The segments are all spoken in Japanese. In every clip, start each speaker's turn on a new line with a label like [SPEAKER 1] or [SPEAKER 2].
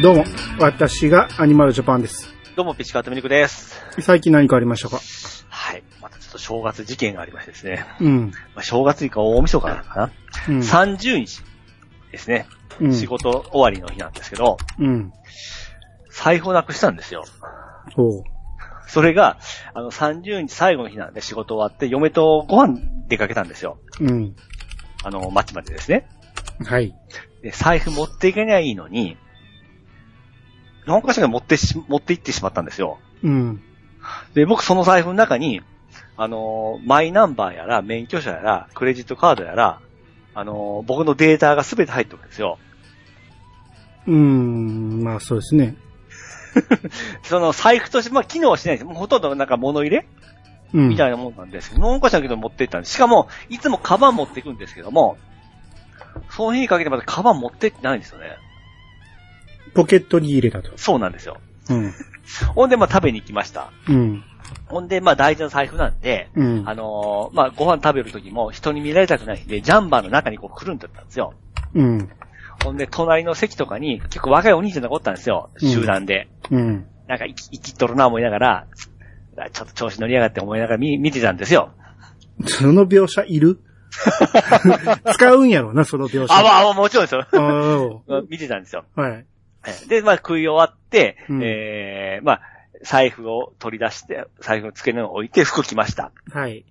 [SPEAKER 1] どうも、私がアニマルジャパンです。
[SPEAKER 2] どうも、ピチカートミルクです。
[SPEAKER 1] 最近何かありましたか
[SPEAKER 2] はい。またちょっと正月事件がありましてですね。
[SPEAKER 1] うん。
[SPEAKER 2] まあ、正月以下大晦日なのかな、
[SPEAKER 1] うん。
[SPEAKER 2] ?30 日ですね。
[SPEAKER 1] うん
[SPEAKER 2] 仕事終わりの日なんですけど、
[SPEAKER 1] うん。
[SPEAKER 2] 財布をなくしたんですよ。
[SPEAKER 1] おう。
[SPEAKER 2] それが、あの、30日最後の日なんで仕事終わって、嫁とご飯出かけたんですよ。
[SPEAKER 1] うん。
[SPEAKER 2] あの、街までですね。
[SPEAKER 1] はい。
[SPEAKER 2] で、財布持っていけないいのに、何かしら持ってし、持って行ってしまったんですよ。
[SPEAKER 1] うん。
[SPEAKER 2] で、僕その財布の中に、あのーマイナンバーやら、免許証やら、クレジットカードやら、あのー僕のデータが全て入ってるんですよ。
[SPEAKER 1] うーん。まあそうですね。
[SPEAKER 2] その財布として、まあ、機能はしないんです。もうほとんどなんか物入れ
[SPEAKER 1] うん。
[SPEAKER 2] みたいなもんなんですけど、文科省のけど持ってったんです。しかも、いつもカバン持っていくんですけども、その日にかけてまたカバン持ってってないんですよね。
[SPEAKER 1] ポケットに入れたと。
[SPEAKER 2] そうなんですよ。
[SPEAKER 1] うん。
[SPEAKER 2] ほんで、まあ、食べに行きました。
[SPEAKER 1] うん。
[SPEAKER 2] ほんで、まあ、大事な財布なんで、
[SPEAKER 1] うん。
[SPEAKER 2] あのーまあ、ご飯食べる時も人に見られたくないんで、ジャンバーの中にこうくるんでったんですよ。
[SPEAKER 1] うん。
[SPEAKER 2] ほんで、隣の席とかに、結構若いお兄ちゃんがおったんですよ。
[SPEAKER 1] うん
[SPEAKER 2] 集団で。
[SPEAKER 1] うん。
[SPEAKER 2] なんか、生き生きっとるな思いながら、ちょっと調子乗りやがって思いながら見見てたんですよ。
[SPEAKER 1] その描写いる 使うんやろな、その描写。
[SPEAKER 2] あ、まあ、もちろんですよ。
[SPEAKER 1] あおう
[SPEAKER 2] 見てたんですよ。
[SPEAKER 1] はい。
[SPEAKER 2] で、まあ、食い終わって、
[SPEAKER 1] うん
[SPEAKER 2] えー、まあ、財布を取り出して、財布の付け根を置いて服着ました。
[SPEAKER 1] はい。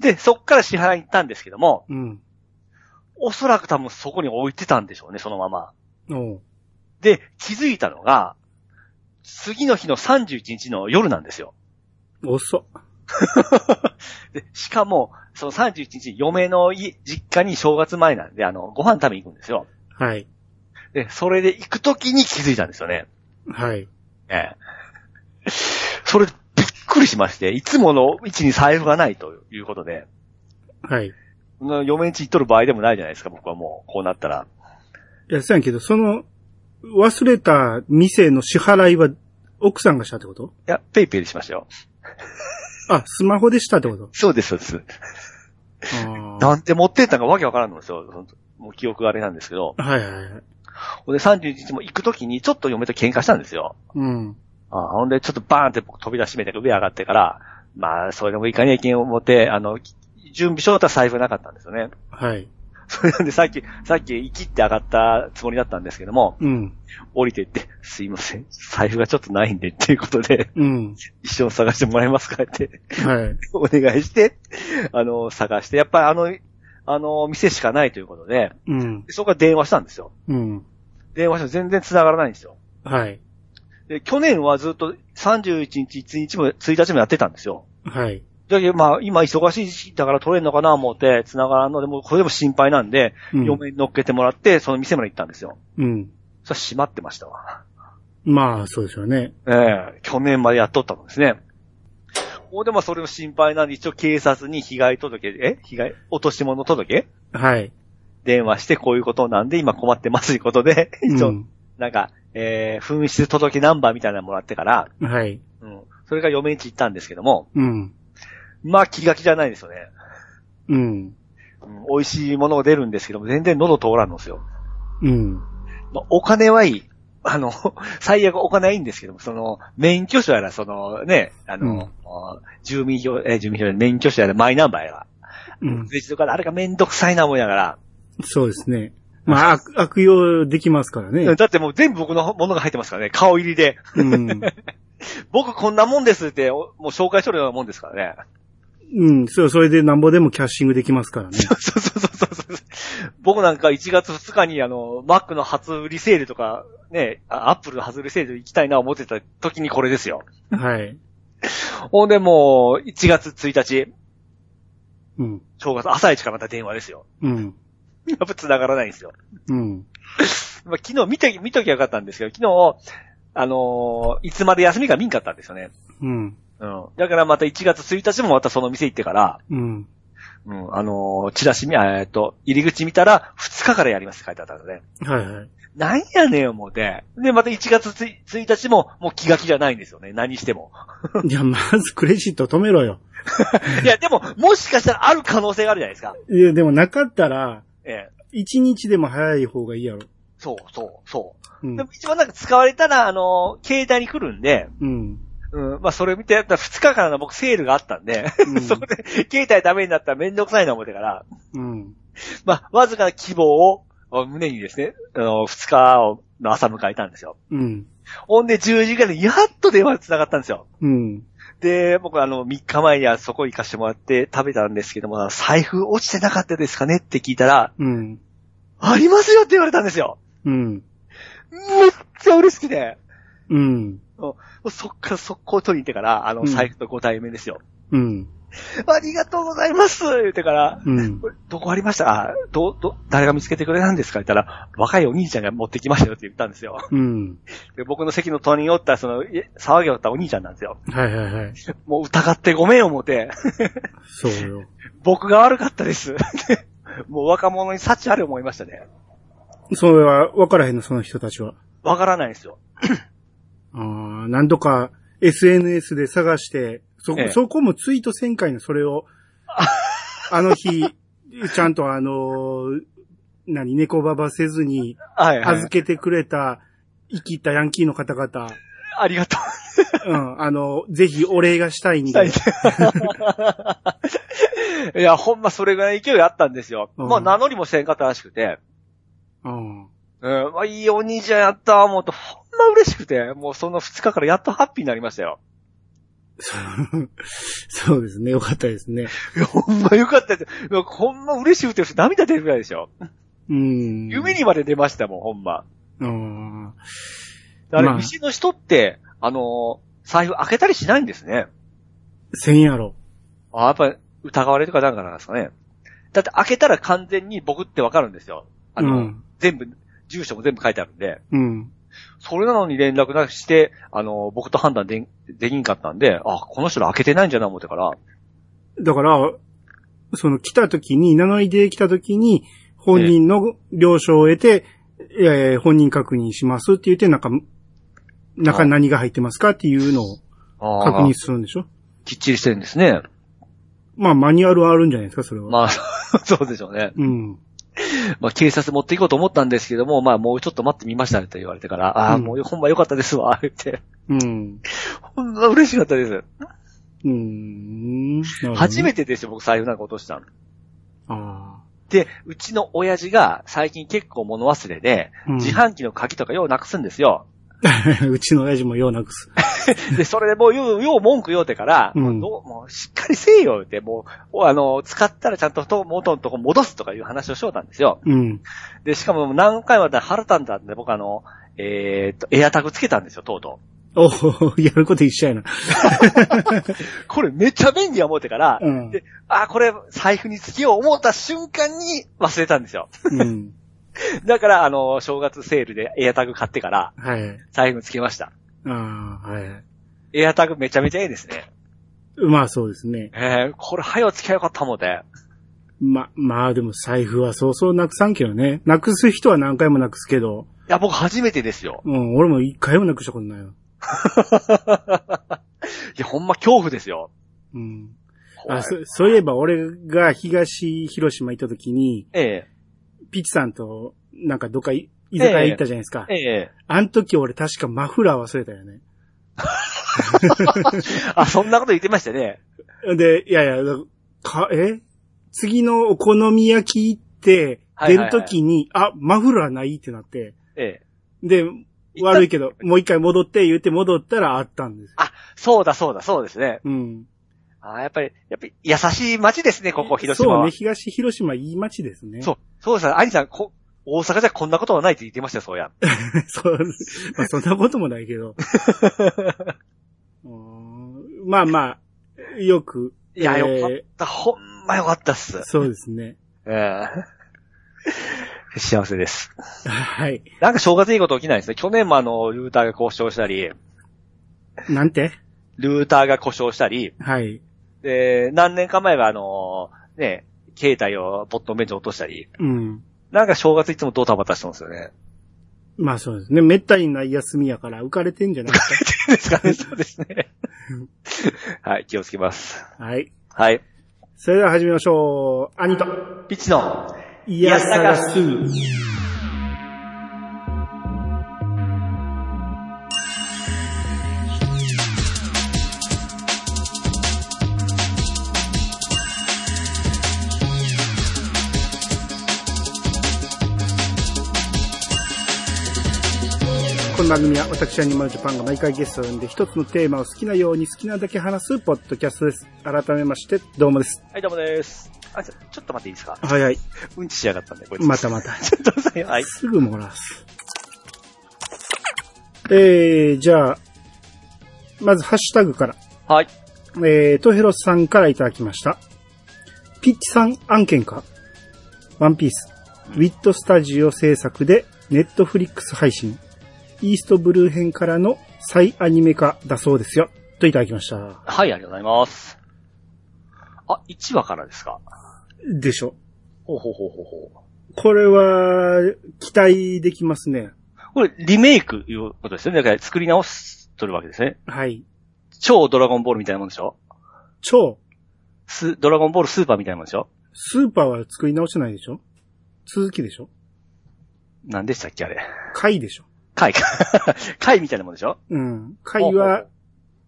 [SPEAKER 2] で、そっから支払いに行ったんですけども、
[SPEAKER 1] うん。
[SPEAKER 2] おそらく多分そこに置いてたんでしょうね、そのまま。
[SPEAKER 1] おう。
[SPEAKER 2] で、気づいたのが、次の日の31日の夜なんですよ。
[SPEAKER 1] 遅っ。
[SPEAKER 2] で、しかも、その31日、嫁の家実家に正月前なんで、あの、ご飯食べに行くんですよ。
[SPEAKER 1] はい。
[SPEAKER 2] で、それで行くときに気づいたんですよね。
[SPEAKER 1] はい。
[SPEAKER 2] ええ。それ、びっくりしまして、いつもの位置に財布がないということで、
[SPEAKER 1] はい。い
[SPEAKER 2] そんな嫁ん家行っとる場合でもないじゃないですか、僕はもう、こうなったら。
[SPEAKER 1] や、そうやけど、その、忘れた店の支払いは、奥さんがしたってこと
[SPEAKER 2] いや、ペイペイでしましたよ。
[SPEAKER 1] あ、スマホでしたってこと
[SPEAKER 2] そうです、そうです。
[SPEAKER 1] あー
[SPEAKER 2] なんて持ってったのかわけわからんのですよ。ほんともう記憶があれなんですけど。
[SPEAKER 1] はいはいはい。
[SPEAKER 2] ほんで31日も行くときにちょっと嫁と喧嘩したんですよ。
[SPEAKER 1] うん。
[SPEAKER 2] あほんで、ちょっとバーンって僕飛び出しめて上上がってから、まあ、それでもいかにゃいけん思って、あの、準備しようとは財布なかったんですよね。
[SPEAKER 1] はい。
[SPEAKER 2] それなんでさっき、さっき生きって上がったつもりだったんですけども、
[SPEAKER 1] うん。
[SPEAKER 2] 降りてって、すいません、財布がちょっとないんでっていうことで、
[SPEAKER 1] うん。
[SPEAKER 2] 一生探してもらえますかって、
[SPEAKER 1] はい。
[SPEAKER 2] お願いして、あの、探して、やっぱりあの、あの、店しかないということで、
[SPEAKER 1] うん。
[SPEAKER 2] そこから電話したんですよ。
[SPEAKER 1] うん。
[SPEAKER 2] 電話しても全然繋がらないんですよ。
[SPEAKER 1] はい。
[SPEAKER 2] で、去年はずっと31日、1日も、1日もやってたんですよ。
[SPEAKER 1] はい。
[SPEAKER 2] だけど、まあ、今忙しい時期だから取れんのかな思って、繋がらんので、もうこれでも心配なんで、
[SPEAKER 1] うん
[SPEAKER 2] 嫁に乗っけてもらって、その店まで行ったんですよ。
[SPEAKER 1] うん。
[SPEAKER 2] そしたら閉まってましたわ。
[SPEAKER 1] まあ、そうですよね。
[SPEAKER 2] ええ去年までやっとったもんですね。もうでもそれも心配なんで、一応警察に被害届、え被害、落とし物届
[SPEAKER 1] はい。
[SPEAKER 2] 電話して、こういうことなんで、今困ってますということで、 一応、
[SPEAKER 1] うん
[SPEAKER 2] なんか、えー、紛失届ナンバーみたいなのもらってから、
[SPEAKER 1] はい。
[SPEAKER 2] うん。それが嫁に行ったんですけども、
[SPEAKER 1] うん。
[SPEAKER 2] まあ気が気じゃないですよね。
[SPEAKER 1] うん。
[SPEAKER 2] うん美味しいものが出るんですけども、全然喉通らんのですよ。
[SPEAKER 1] うん。
[SPEAKER 2] まあ、お金はいい。あの、 最悪お金はいいんですけども、その、免許証やら、そのね、あの、住民票、えー、住民票やら免許証やら、マイナンバーやら、
[SPEAKER 1] うん。
[SPEAKER 2] 税とかあれがめんどくさいな思いながら、
[SPEAKER 1] そうですね。まあ、悪悪用できますからね。
[SPEAKER 2] だってもう全部僕のものが入ってますからね、顔入りで。
[SPEAKER 1] うん。
[SPEAKER 2] 僕こんなもんですって、おもう紹介しとるようなもんですからね。
[SPEAKER 1] うん。そう、それでなんぼでもキャッシングできますからね。
[SPEAKER 2] そうそうそうそうそう。僕なんか1月2日にあの、マックの初売りセールとか、ね、あアップルの初売りセール行きたいな思ってた時にこれですよ。
[SPEAKER 1] はい。
[SPEAKER 2] ほんでもう、1月1日、
[SPEAKER 1] うん。
[SPEAKER 2] 正月朝一からまた電話ですよ。
[SPEAKER 1] うん。
[SPEAKER 2] やっぱ繋がらないんですよ。
[SPEAKER 1] うん。
[SPEAKER 2] まあ、昨日見て、見ときゃよかったんですけど、昨日、あのーいつまで休みか見んかったんですよね。
[SPEAKER 1] うん。
[SPEAKER 2] うん。だからまた1月1日もまたその店行ってから、
[SPEAKER 1] うん。
[SPEAKER 2] うん、あのーチラシ見、あえーっと、入り口見たら、2日からやりますって書いてあったんでね。
[SPEAKER 1] はいはい。
[SPEAKER 2] なんやねん、思うて。で、また1月1日も、もう気が気じゃないんですよね。何しても。
[SPEAKER 1] いや、まずクレジット止めろよ。
[SPEAKER 2] いや、でも、もしかしたらある可能性があるじゃないですか。
[SPEAKER 1] いや、でもなかったら、
[SPEAKER 2] ええ
[SPEAKER 1] 一日でも早い方がいいやろ。
[SPEAKER 2] そうそうそう。
[SPEAKER 1] うん
[SPEAKER 2] で。も一番なんか使われたら、あの、携帯に来るんで、
[SPEAKER 1] うん。
[SPEAKER 2] うん、まあそれ見て、やったら2日間の僕セールがあったんで、
[SPEAKER 1] うん
[SPEAKER 2] そこで携帯ダメになったらめんどくさいな思ってから、
[SPEAKER 1] うん。
[SPEAKER 2] まあわずかな希望をあ胸にですね、あの、2日をの朝迎えたんですよ。
[SPEAKER 1] うん。
[SPEAKER 2] ほんで10時ぐらいでやっと電話繋がったんですよ。
[SPEAKER 1] うん。
[SPEAKER 2] で、僕あの、3日前にはそこ行かしてもらって食べたんですけども、財布落ちてなかったですかねって聞いたら、
[SPEAKER 1] うん。
[SPEAKER 2] ありますよって言われたんですよ。
[SPEAKER 1] うん。
[SPEAKER 2] めっちゃ嬉しくて。
[SPEAKER 1] うん。
[SPEAKER 2] そっから速攻取りに行ってから、あ
[SPEAKER 1] う
[SPEAKER 2] の、
[SPEAKER 1] ん
[SPEAKER 2] 財布とご対面ですよ。
[SPEAKER 1] うん。
[SPEAKER 2] ありがとうございます言ってから、
[SPEAKER 1] うん
[SPEAKER 2] こ。れどこありましたあ、ど、ど、誰が見つけてくれたんですか言ったら、若いお兄ちゃんが持ってきましたよって言ったんですよ。
[SPEAKER 1] うん。
[SPEAKER 2] で僕の席の隣におった、その、い騒ぎおったお兄ちゃんなんですよ。
[SPEAKER 1] はいはいはい。
[SPEAKER 2] もう疑ってごめん思って、
[SPEAKER 1] そうよ。
[SPEAKER 2] 僕が悪かったです。 ってもう若者に幸ある思いましたね。
[SPEAKER 1] それは分からへんの、その人たちは。
[SPEAKER 2] わからないですよ。
[SPEAKER 1] ああ、何度か SNS で探して、そ、
[SPEAKER 2] ええ
[SPEAKER 1] そこもツイート旋回のそれ を、あの日、ちゃんとあのー何、猫ババせずに
[SPEAKER 2] はい、はい
[SPEAKER 1] 預。けてくれた、生きたヤンキーの方々、
[SPEAKER 2] ありがとう。
[SPEAKER 1] うん、あの、ぜひお礼がしたいんで、
[SPEAKER 2] いや、ほんまそれぐらい勢いあったんですよ。
[SPEAKER 1] うん
[SPEAKER 2] まあ名乗りもしてんかったらしくて、
[SPEAKER 1] うん、
[SPEAKER 2] うん、まあいいお兄ちゃんやったわ、もうと、ほんま嬉しくて、もうその2日からやっとハッピーになりましたよ。
[SPEAKER 1] そう そうですね、よかったですね。
[SPEAKER 2] いや、ほんまよかったです。いやほんま嬉しくて、涙出るぐらいでしょ。
[SPEAKER 1] うん。
[SPEAKER 2] 夢にまで出ましたもん、ほんま。
[SPEAKER 1] うん。
[SPEAKER 2] あれ、
[SPEAKER 1] まあ
[SPEAKER 2] 店の人って、あのー財布開けたりしないんですね。
[SPEAKER 1] せんやろ。
[SPEAKER 2] あやっぱり疑われるかなんかなんですかね。だって開けたら完全に僕ってわかるんですよ。あ
[SPEAKER 1] う
[SPEAKER 2] の、
[SPEAKER 1] ん。
[SPEAKER 2] 全部、住所も全部書いてあるんで。
[SPEAKER 1] うん。
[SPEAKER 2] それなのに連絡なくして、あの、僕と判断でん、できんかったんで、あ、この人ら開けてないんじゃな思ってから、
[SPEAKER 1] だから、その来た時に、名乗りで来た時に、本人の了承を得て、えー本人確認しますって言って、なんか、中に何が入ってますかっていうのを
[SPEAKER 2] あ
[SPEAKER 1] 確
[SPEAKER 2] あ
[SPEAKER 1] 認、するんでしょ
[SPEAKER 2] きっちりしてるんですね。
[SPEAKER 1] まあ、マニュアルはあるんじゃないですか、それは。
[SPEAKER 2] まあ、 そうでしょうね。
[SPEAKER 1] うん。
[SPEAKER 2] まあ、警察持っていこうと思ったんですけども、まあ、もうちょっと待ってみましたねと言われてから、ああ、
[SPEAKER 1] うん
[SPEAKER 2] もうほんま良かったですわ、 言って。
[SPEAKER 1] うん。
[SPEAKER 2] ほんま嬉しかったです。
[SPEAKER 1] うん。
[SPEAKER 2] 初め
[SPEAKER 1] て。
[SPEAKER 2] てですよ、僕財布なんか落としたの。
[SPEAKER 1] あ
[SPEAKER 2] で、うちの親父が最近結構物忘れで、
[SPEAKER 1] あ。うん
[SPEAKER 2] 自販機の鍵とかようなくすんですよ。
[SPEAKER 1] うちの親父もようなくす。
[SPEAKER 2] で、それでもう よう、よう文句言うてから、
[SPEAKER 1] うん
[SPEAKER 2] もうどうもうしっかりせえよって、もう、あの、使ったらちゃんとと元のとこ戻すとかいう話をしようたんですよ。
[SPEAKER 1] うん。
[SPEAKER 2] で、しかも何回もだ腹立んだんで、僕あの、えーっと、エアタグつけたんですよ、とうと
[SPEAKER 1] おお、やること一緒やな。
[SPEAKER 2] う。これめっちゃ便利や思ってから、
[SPEAKER 1] うん。
[SPEAKER 2] であー、これ財布につけよう思った瞬間に忘れたんですよ。
[SPEAKER 1] うん。
[SPEAKER 2] だから、あの、正月セールでエアタグ買ってから、
[SPEAKER 1] はい。
[SPEAKER 2] 財布につけました。
[SPEAKER 1] ああ、はい。
[SPEAKER 2] エアタグめちゃめちゃいいですね。
[SPEAKER 1] まあ、そうですね。
[SPEAKER 2] えー、これ早うつけようかったもんで。
[SPEAKER 1] ま、まあでも財布はそうそうなくさんけどね。なくす人は何回もなくすけど、
[SPEAKER 2] いや、僕初めてですよ。
[SPEAKER 1] うん、俺も一回もなくしたことないよ。
[SPEAKER 2] いや、ほんま恐怖ですよ。
[SPEAKER 1] うん。あ、そ、そういえば俺が東広島行った時に、
[SPEAKER 2] え
[SPEAKER 1] ピチさんとなんかどっかい居酒屋行ったじゃないですか。
[SPEAKER 2] え、え
[SPEAKER 1] あん時俺確かマフラー忘れたよね。
[SPEAKER 2] え。あ、そんなこと言ってましたね。
[SPEAKER 1] で、いやいや、か、え次のお好み焼き行って、
[SPEAKER 2] はい
[SPEAKER 1] 出
[SPEAKER 2] はいは
[SPEAKER 1] る
[SPEAKER 2] い
[SPEAKER 1] 時に、あ、マフラーないってなって、
[SPEAKER 2] ええ。
[SPEAKER 1] で、悪いけど、もう一回戻って言って戻ったらあったんですよ。
[SPEAKER 2] そうだそうだ、そうですね。
[SPEAKER 1] うん。
[SPEAKER 2] あやっぱり、やっぱり優しい街ですね、ここ、広島
[SPEAKER 1] そう
[SPEAKER 2] は。
[SPEAKER 1] ね、東広島いい街ですね。
[SPEAKER 2] そう、そうですね。兄さん、こ、大阪じゃこんなことはないって言ってましたよ、そうや。
[SPEAKER 1] そう。まあ、そんなこともないけ ど。うーんまあまあ、よく。
[SPEAKER 2] いや、
[SPEAKER 1] えー
[SPEAKER 2] よかった。ほんまよかったっす。
[SPEAKER 1] そうですね。
[SPEAKER 2] ええ。 幸せです。
[SPEAKER 1] はい。
[SPEAKER 2] なんか正月いいこと起きないですね。去年もあの、ルーターが故障したり、
[SPEAKER 1] なんて
[SPEAKER 2] ルーターが故障したり、
[SPEAKER 1] はい。
[SPEAKER 2] で、何年か前はあの、ね、携帯をポットンベンチに落としたり、
[SPEAKER 1] うん。
[SPEAKER 2] なんか正月いつもドタバタしてますよね。
[SPEAKER 1] まあそうですね。めったにない休みやから浮かれてんじゃないです
[SPEAKER 2] ですか ね、そうですね
[SPEAKER 1] うん。
[SPEAKER 2] はい、気をつけます。
[SPEAKER 1] か。はい。
[SPEAKER 2] はい。
[SPEAKER 1] それでは始めましょう。兄と。
[SPEAKER 2] ピッチの、
[SPEAKER 1] いや、探す。この番組は私アニマルジャパンが毎回ゲストを呼んで一つのテーマを好きなように好きなだけ話すポッドキャストです。改めまして、どうもです。
[SPEAKER 2] はい、どうもです。あ、ちょ、ちょっと待っていいですか
[SPEAKER 1] はいはい。
[SPEAKER 2] うんちしやがったんで、こいつ。
[SPEAKER 1] またまた。
[SPEAKER 2] ちょっと待って はい。
[SPEAKER 1] すぐ漏らす。えー、じゃあ、まずハッシュタグから。
[SPEAKER 2] はい。
[SPEAKER 1] えー、トヘロスさんからいただきました。ピッチさん案件かワンピース。ウィットスタジオ制作でネットフリックス配信。イーストブルー編からの再アニメ化だそうですよ。といただきました。
[SPEAKER 2] はい、ありがとうございます。あ、1話からですか
[SPEAKER 1] でしょ。
[SPEAKER 2] ほうほうほうほうほう。
[SPEAKER 1] これは、期待できますね。
[SPEAKER 2] これ、リメイクいうことですよね。だから作り直しとるわけですね。
[SPEAKER 1] はい。
[SPEAKER 2] 超ドラゴンボールみたいなもんでしょ
[SPEAKER 1] 超、
[SPEAKER 2] ス、ドラゴンボールスーパーみたいなもんでしょ
[SPEAKER 1] スーパーは作り直してないでしょ続きでしょ
[SPEAKER 2] 何でしたっけあれ。
[SPEAKER 1] 回でしょ
[SPEAKER 2] 貝か。 貝みたいなもんでしょ
[SPEAKER 1] うん。回は、、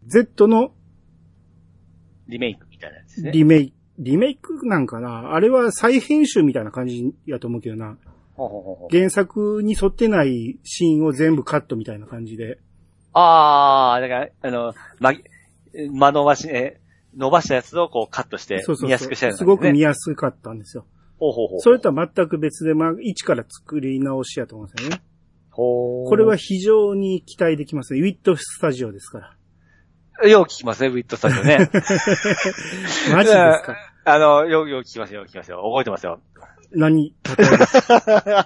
[SPEAKER 1] Z の
[SPEAKER 2] リメイクみたいなやつですね。
[SPEAKER 1] リメイク、リメイクなんかなあれは再編集みたいな感じやと思うけどな。
[SPEAKER 2] ほうほうほうほう
[SPEAKER 1] 原作に沿ってないシーンを全部カットみたいな感じで。
[SPEAKER 2] あー、だから、あの、ま、間伸ばし、え、伸ばしたやつをこうカットして
[SPEAKER 1] そう、そう
[SPEAKER 2] 見やすくし
[SPEAKER 1] そ
[SPEAKER 2] たや
[SPEAKER 1] う。
[SPEAKER 2] つ、ね。
[SPEAKER 1] すごく見やすかったんですよ。
[SPEAKER 2] ほうほうほう。
[SPEAKER 1] それとは全く別で、まあ、一から作り直しやと思うんですよね。
[SPEAKER 2] ほう、
[SPEAKER 1] これは非常に期待できますね。ウィットスタジオです から。
[SPEAKER 2] よう聞きますね、ウィットスタジオね。
[SPEAKER 1] マジですか
[SPEAKER 2] あの、よう、よう聞きますよ、よう聞きますよ。覚えてます よ。
[SPEAKER 1] 何例えば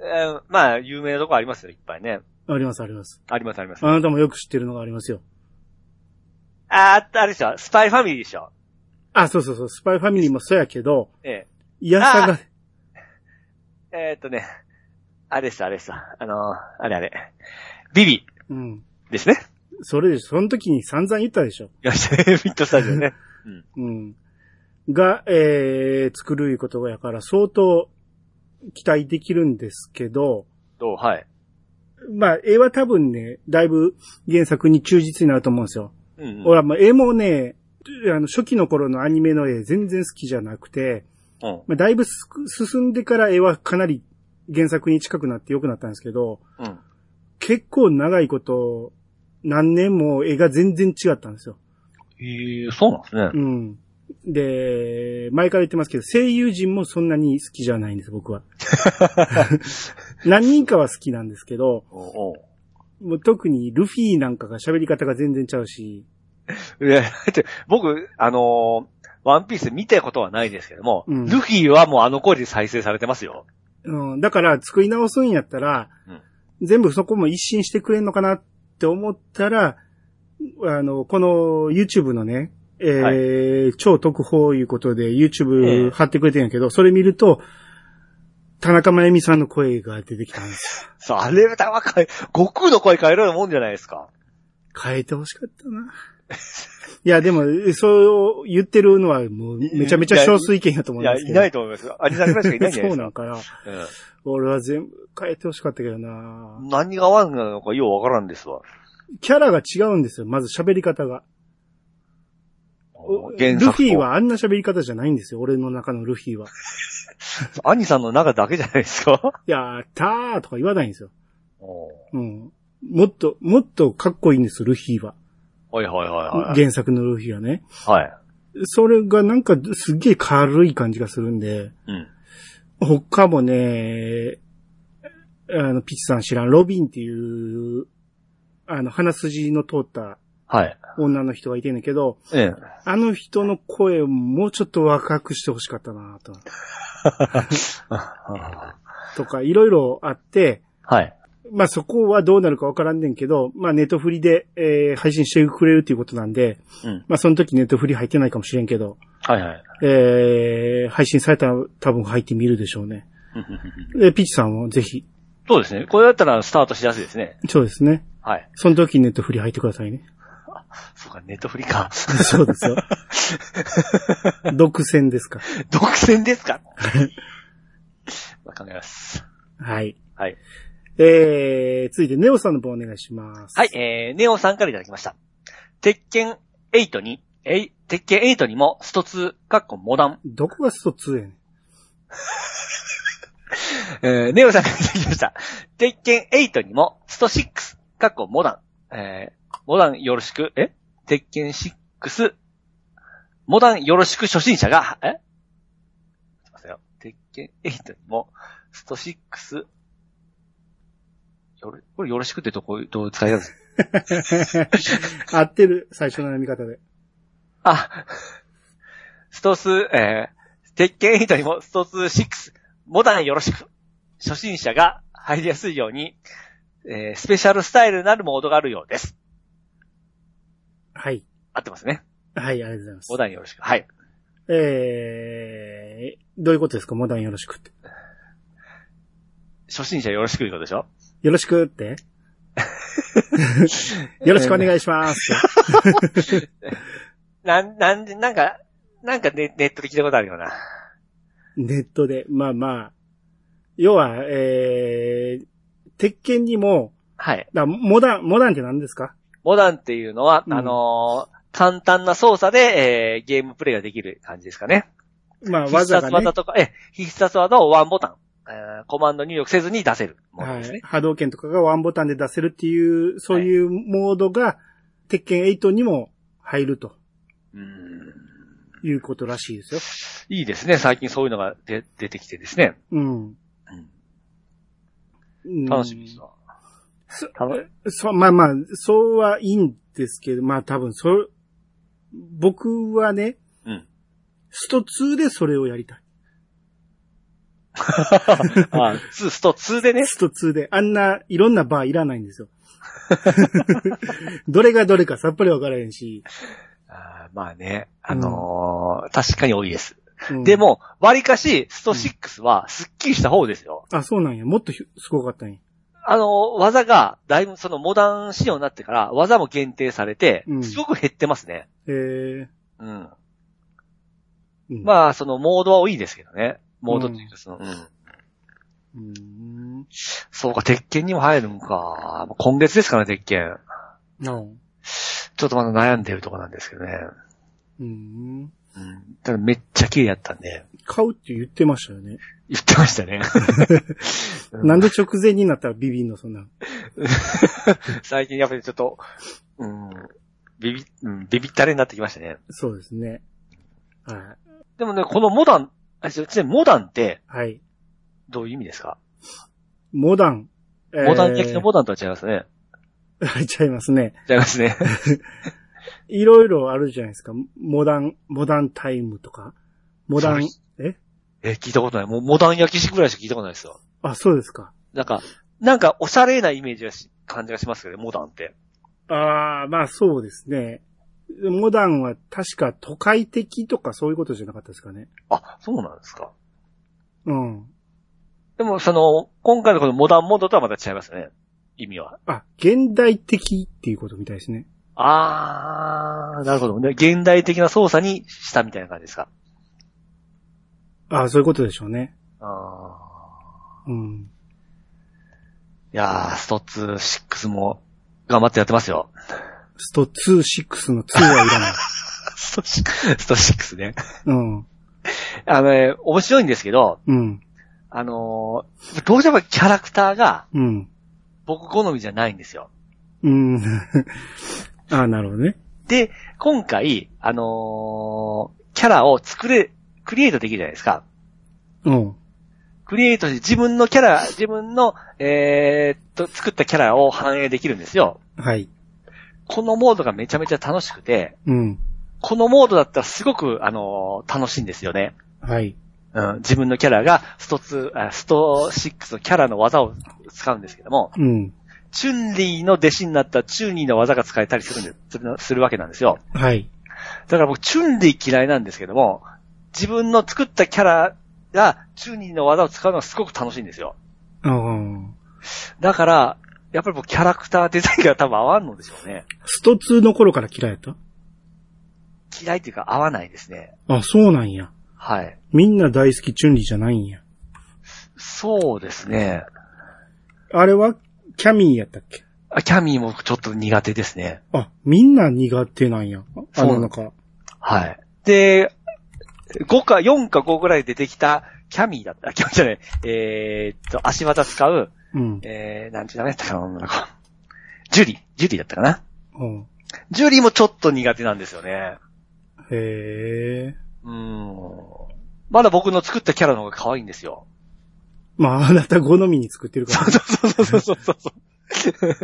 [SPEAKER 2] えーまあ、有名なとこありますよ、いっぱいね。
[SPEAKER 1] ありますあります。
[SPEAKER 2] あります、あります。
[SPEAKER 1] あなたもよく知ってるのがありますよ。
[SPEAKER 2] あー、あれでしょ、スパイファミリーでしょ。
[SPEAKER 1] あ、そうそうそう。スパイファミリーもそうやけど、
[SPEAKER 2] え
[SPEAKER 1] いやさが、
[SPEAKER 2] ええーっとね、あれです、あれです。あのー、あれあれ。ビビ
[SPEAKER 1] うん。
[SPEAKER 2] ですね。
[SPEAKER 1] それでしょその時に散々言ったでしょ。
[SPEAKER 2] よし、ウィットスタジオね。
[SPEAKER 1] うん。が、えー、作るいうことやから相当期待できるんですけど、
[SPEAKER 2] どうはい。
[SPEAKER 1] まあ、絵は多分ね、だいぶ原作に忠実になると思うんですよ。
[SPEAKER 2] うん、
[SPEAKER 1] 俺はまあ、絵もね、あの、初期の頃のアニメの絵全然好きじゃなくて、
[SPEAKER 2] うん。
[SPEAKER 1] まあ、だいぶすく進んでから絵はかなり原作に近くなって良くなったんですけど、
[SPEAKER 2] うん。
[SPEAKER 1] 結構長いこと、何年も絵が全然違ったんですよ。
[SPEAKER 2] ええそうなんですね。
[SPEAKER 1] うん。で、前から言ってますけど、声優陣もそんなに好きじゃないんです、僕は。何人かは好きなんですけど、
[SPEAKER 2] おうお
[SPEAKER 1] もう特にルフィなんかが喋り方が全然ちゃうし、
[SPEAKER 2] ういや、だって、僕、あのーワンピース見たことはないですけども、
[SPEAKER 1] うん
[SPEAKER 2] ルフィはもうあの声で再生されてますよ。
[SPEAKER 1] うん、だから作り直すんやったら、全部そこも一新してくれんのかなって思ったら、あの、この YouTube のね、えー超特報いうことで
[SPEAKER 2] ええ
[SPEAKER 1] YouTube 貼ってくれてるんやけど、それ見ると、田中真由美さんの声が出てきたんです
[SPEAKER 2] そう、あれは高い。悟空の声変えるようなもんじゃないですか。
[SPEAKER 1] 変えてほしかったな。 いや、でも、そう言ってるのはもうめちゃめちゃ少数意見やと思うん
[SPEAKER 2] い
[SPEAKER 1] で
[SPEAKER 2] や、
[SPEAKER 1] す
[SPEAKER 2] い
[SPEAKER 1] けど。
[SPEAKER 2] ないと思います。アニサくらいしかいないんじゃない
[SPEAKER 1] そう
[SPEAKER 2] です
[SPEAKER 1] な
[SPEAKER 2] か
[SPEAKER 1] ん。かな。
[SPEAKER 2] そう
[SPEAKER 1] 俺は全部変えてほしかったけどな。
[SPEAKER 2] ん、何が合わんのかようわからんですわ。
[SPEAKER 1] キャラが違うんですよ。まず喋り方が。ル
[SPEAKER 2] 原作と
[SPEAKER 1] フィ。はあんな喋り方じゃないんですよ。俺の中のルフィは。
[SPEAKER 2] アニさんの中だけじゃないです か。
[SPEAKER 1] やったーとか言わないんですよ。
[SPEAKER 2] おう
[SPEAKER 1] うん。もっと、もっとかっこいいんですよ、ルフィは。
[SPEAKER 2] はいはいはいはい。
[SPEAKER 1] 原作のルフィはね。
[SPEAKER 2] はい。
[SPEAKER 1] それがなんかすっげえ軽い感じがするんで。
[SPEAKER 2] うん。
[SPEAKER 1] 他もね、あの、ピチさん知らん、ロビンっていう、あの、鼻筋の通った
[SPEAKER 2] はい。
[SPEAKER 1] 女の人がいてんだけど、
[SPEAKER 2] ええ。
[SPEAKER 1] あの人の声をもうちょっと若くしてほしかったなと。とか、いろいろあって、
[SPEAKER 2] はい。
[SPEAKER 1] まあ、そこはどうなるかわからんねんけど、まあ、ネットフリで、えー配信してくれるっていうことなんで、
[SPEAKER 2] うん。
[SPEAKER 1] まあ、その時ネットフリ入ってないかもしれんけど、
[SPEAKER 2] はいはい。
[SPEAKER 1] えー配信されたら多分入ってみるでしょうね。で、ピチさんもぜひ、
[SPEAKER 2] そうですね。これだったらスタートしやすいですね。
[SPEAKER 1] そうですね。
[SPEAKER 2] はい。
[SPEAKER 1] その時ネットフリ入ってくださいね。
[SPEAKER 2] そうか、ネットフリか。
[SPEAKER 1] そうですよ。独占ですか。
[SPEAKER 2] 独占で すかまあ考えます。
[SPEAKER 1] はい。
[SPEAKER 2] はい。
[SPEAKER 1] えー、続いてネオさんの方お願いします。
[SPEAKER 2] はい、。えー、ネオさんからいただきました。鉄拳8に、えい、鉄拳8にもスト2、かっこモダン。
[SPEAKER 1] どこがスト2やねん。
[SPEAKER 2] えーネオさんが出てきました。鉄拳8にも、スト6、過去モダン、えーモダンよろしく、え鉄拳6、モダンよろしく初心者が、えすいませんよ。鉄拳8にも、スト6、よろ、これよろしくってどこ、どう使い方です
[SPEAKER 1] 合ってる、最初の読み方で。
[SPEAKER 2] あ、ストス、えー、鉄拳8にもストス6、モダンよろしく。初心者が入りやすいように、えー、スペシャルスタイルなるモードがあるようです。
[SPEAKER 1] はい。
[SPEAKER 2] 合ってますね。
[SPEAKER 1] はい、ありがとうございま
[SPEAKER 2] モ
[SPEAKER 1] す。
[SPEAKER 2] ダンよろしく。はい。
[SPEAKER 1] えー、どういうことですかモダンよろしくって。
[SPEAKER 2] 初心者よろしくいうことでしょ
[SPEAKER 1] よろしく って。よろしくお願いしますって。
[SPEAKER 2] なん、なんで、なんか、なんかネネットで聞いたことあるような。
[SPEAKER 1] ネットで。まあまあ。要は、えー、鉄拳にも、
[SPEAKER 2] はい。
[SPEAKER 1] だモダン、モダンって何ですか
[SPEAKER 2] モダンっていうのは、
[SPEAKER 1] うん
[SPEAKER 2] あのー簡単な操作で、えー、ゲームプレイができる感じですかね。
[SPEAKER 1] まあ、
[SPEAKER 2] 必
[SPEAKER 1] 技
[SPEAKER 2] 殺
[SPEAKER 1] がね
[SPEAKER 2] 技、とか、え、必殺技をワンボタン、えーコマンド入力せずに出せるもの
[SPEAKER 1] は
[SPEAKER 2] です
[SPEAKER 1] い
[SPEAKER 2] ね。。
[SPEAKER 1] 波動拳とかがワンボタンで出せるっていう、そういうモードが、鉄拳8にも入ると
[SPEAKER 2] い、うん。
[SPEAKER 1] いうことらしいですよ。
[SPEAKER 2] いいですね。最近そういうのが出出てきてですね。
[SPEAKER 1] うん。
[SPEAKER 2] 楽しみですわ。楽し
[SPEAKER 1] そう、まあまあ、そうはいいんですけど、まあ多分、それ、僕はね、
[SPEAKER 2] うん。
[SPEAKER 1] スト2でそれをやりたい。
[SPEAKER 2] あ、2、スト2でね。
[SPEAKER 1] スト2で。あんな、いろんなバーいらないんです よ。どれがどれかさっぱりわからへんし。
[SPEAKER 2] あーまあね、あのー確かに多いです。
[SPEAKER 1] うん
[SPEAKER 2] で。も、割かし、スト6はスッキリした方ですよ。
[SPEAKER 1] あ、そうなんや。もっとひすごかったんや。
[SPEAKER 2] あのー技が、だいぶそのモダン仕様になってから、技も限定されて
[SPEAKER 1] う、ん
[SPEAKER 2] すごく減ってますね。
[SPEAKER 1] えー、
[SPEAKER 2] うん。
[SPEAKER 1] うん
[SPEAKER 2] まあ、その、モードは多いですけどね。モードっていうか、その、うん。
[SPEAKER 1] うーん。
[SPEAKER 2] そうか、鉄拳にも入るんか。今月ですかね、鉄拳。
[SPEAKER 1] なお。う
[SPEAKER 2] ちょっとまだ悩んでるとこなんですけどね。
[SPEAKER 1] ーん。
[SPEAKER 2] うん。ただめっちゃ綺麗やったんで、
[SPEAKER 1] 買うって言ってましたよね。
[SPEAKER 2] 言ってましたね。うん
[SPEAKER 1] なんで直前になったらビビんの、そんな。
[SPEAKER 2] 最近やっぱりちょっと、うん、ビビ、うん、ビビったれになってきましたね。
[SPEAKER 1] そうですね。は
[SPEAKER 2] でもね、このモダン、あ、ちなみにモダンって
[SPEAKER 1] い。はい。
[SPEAKER 2] どういう意味ですか、
[SPEAKER 1] モダン。えー
[SPEAKER 2] モダン的なモダンとは違いますね。
[SPEAKER 1] 入っ ちゃいますね。
[SPEAKER 2] 違います ね。
[SPEAKER 1] いろいろあるじゃないですか。モダン、モダンタイムとか。モダン
[SPEAKER 2] そ、
[SPEAKER 1] え
[SPEAKER 2] え、聞いたことない。もうモダン焼きしぐらいしか聞いたことないですよ。
[SPEAKER 1] あ、そうですか。
[SPEAKER 2] なんか、なんかおしゃれなイメージがし、感じがしますけどね、モダンって。
[SPEAKER 1] ああ、まあそうですね。モダンは確か都会的とかそういうことじゃなかったですかね。
[SPEAKER 2] あ、そうなんですか。
[SPEAKER 1] うん。
[SPEAKER 2] でも、その、今回のこのモダンモードとはまた違いますね。意味は。
[SPEAKER 1] あ、現代的っていうことみたいですね。
[SPEAKER 2] あー、なるほど。で現代的な操作にしたみたいな感じですか。
[SPEAKER 1] ああ、そういうことでしょうね。
[SPEAKER 2] あ
[SPEAKER 1] うん。
[SPEAKER 2] ー。いやー、スト2、6も頑張ってやってますよ。
[SPEAKER 1] スト2、6の2はいらない。
[SPEAKER 2] スト6、スト6ね。
[SPEAKER 1] うん。
[SPEAKER 2] あのね、面白いんですけど、
[SPEAKER 1] うん。
[SPEAKER 2] あのーどうしてもキャラクターが
[SPEAKER 1] うん。
[SPEAKER 2] 僕好みじゃないんですよ。
[SPEAKER 1] うん。 ああ、なるほどね。
[SPEAKER 2] で、今回、あのーキャラを作れ、クリエイトできるじゃないですか。
[SPEAKER 1] うん。
[SPEAKER 2] クリエイトして自分のキャラ、自分の、えーっと、作ったキャラを反映できるんですよ。
[SPEAKER 1] はい。
[SPEAKER 2] このモードがめちゃめちゃ楽しくて、
[SPEAKER 1] うん。
[SPEAKER 2] このモードだったらすごく、あのー楽しいんですよね。
[SPEAKER 1] はい。
[SPEAKER 2] うん、自分のキャラが、スト2、あスト6のキャラの技を使うんですけども、
[SPEAKER 1] うん。
[SPEAKER 2] チュンリーの弟子になったチュンリーの技が使えたりするんです、するするわけなんですよ。
[SPEAKER 1] はい。
[SPEAKER 2] だから僕、チュンリー嫌いなんですけども、自分の作ったキャラが、チュンリーの技を使うのがすごく楽しいんですよ。
[SPEAKER 1] うん。
[SPEAKER 2] だから、やっぱりもうキャラクターデザインが多分合わんのでしょうね。
[SPEAKER 1] スト2の頃から嫌いやった
[SPEAKER 2] 嫌いっていうか合わないですね。
[SPEAKER 1] あ、そうなんや。
[SPEAKER 2] はい。
[SPEAKER 1] みんな大好きチュンリーじゃないんや。
[SPEAKER 2] そうですね。
[SPEAKER 1] あれは、キャミーやったっけ
[SPEAKER 2] あキャミーもちょっと苦手ですね。
[SPEAKER 1] あ、みんな苦手なんや。あ
[SPEAKER 2] そうな
[SPEAKER 1] の
[SPEAKER 2] ん
[SPEAKER 1] 中。
[SPEAKER 2] はい。で、5か、4か5ぐらいでできたキャミーだった、あキャミーじゃない、えーっと、足技使う、
[SPEAKER 1] うん。
[SPEAKER 2] えー、なんちゅう名前だったかな、女の子。ジュリー、ジュリーだったかな。
[SPEAKER 1] うん。
[SPEAKER 2] ジュリーもちょっと苦手なんですよね。
[SPEAKER 1] へえ。
[SPEAKER 2] うーん。まだ僕の作ったキャラの方が可愛いんですよ。
[SPEAKER 1] まあ、あなた好みに作ってるか
[SPEAKER 2] そ
[SPEAKER 1] ら
[SPEAKER 2] う。そうそうそうそうそう。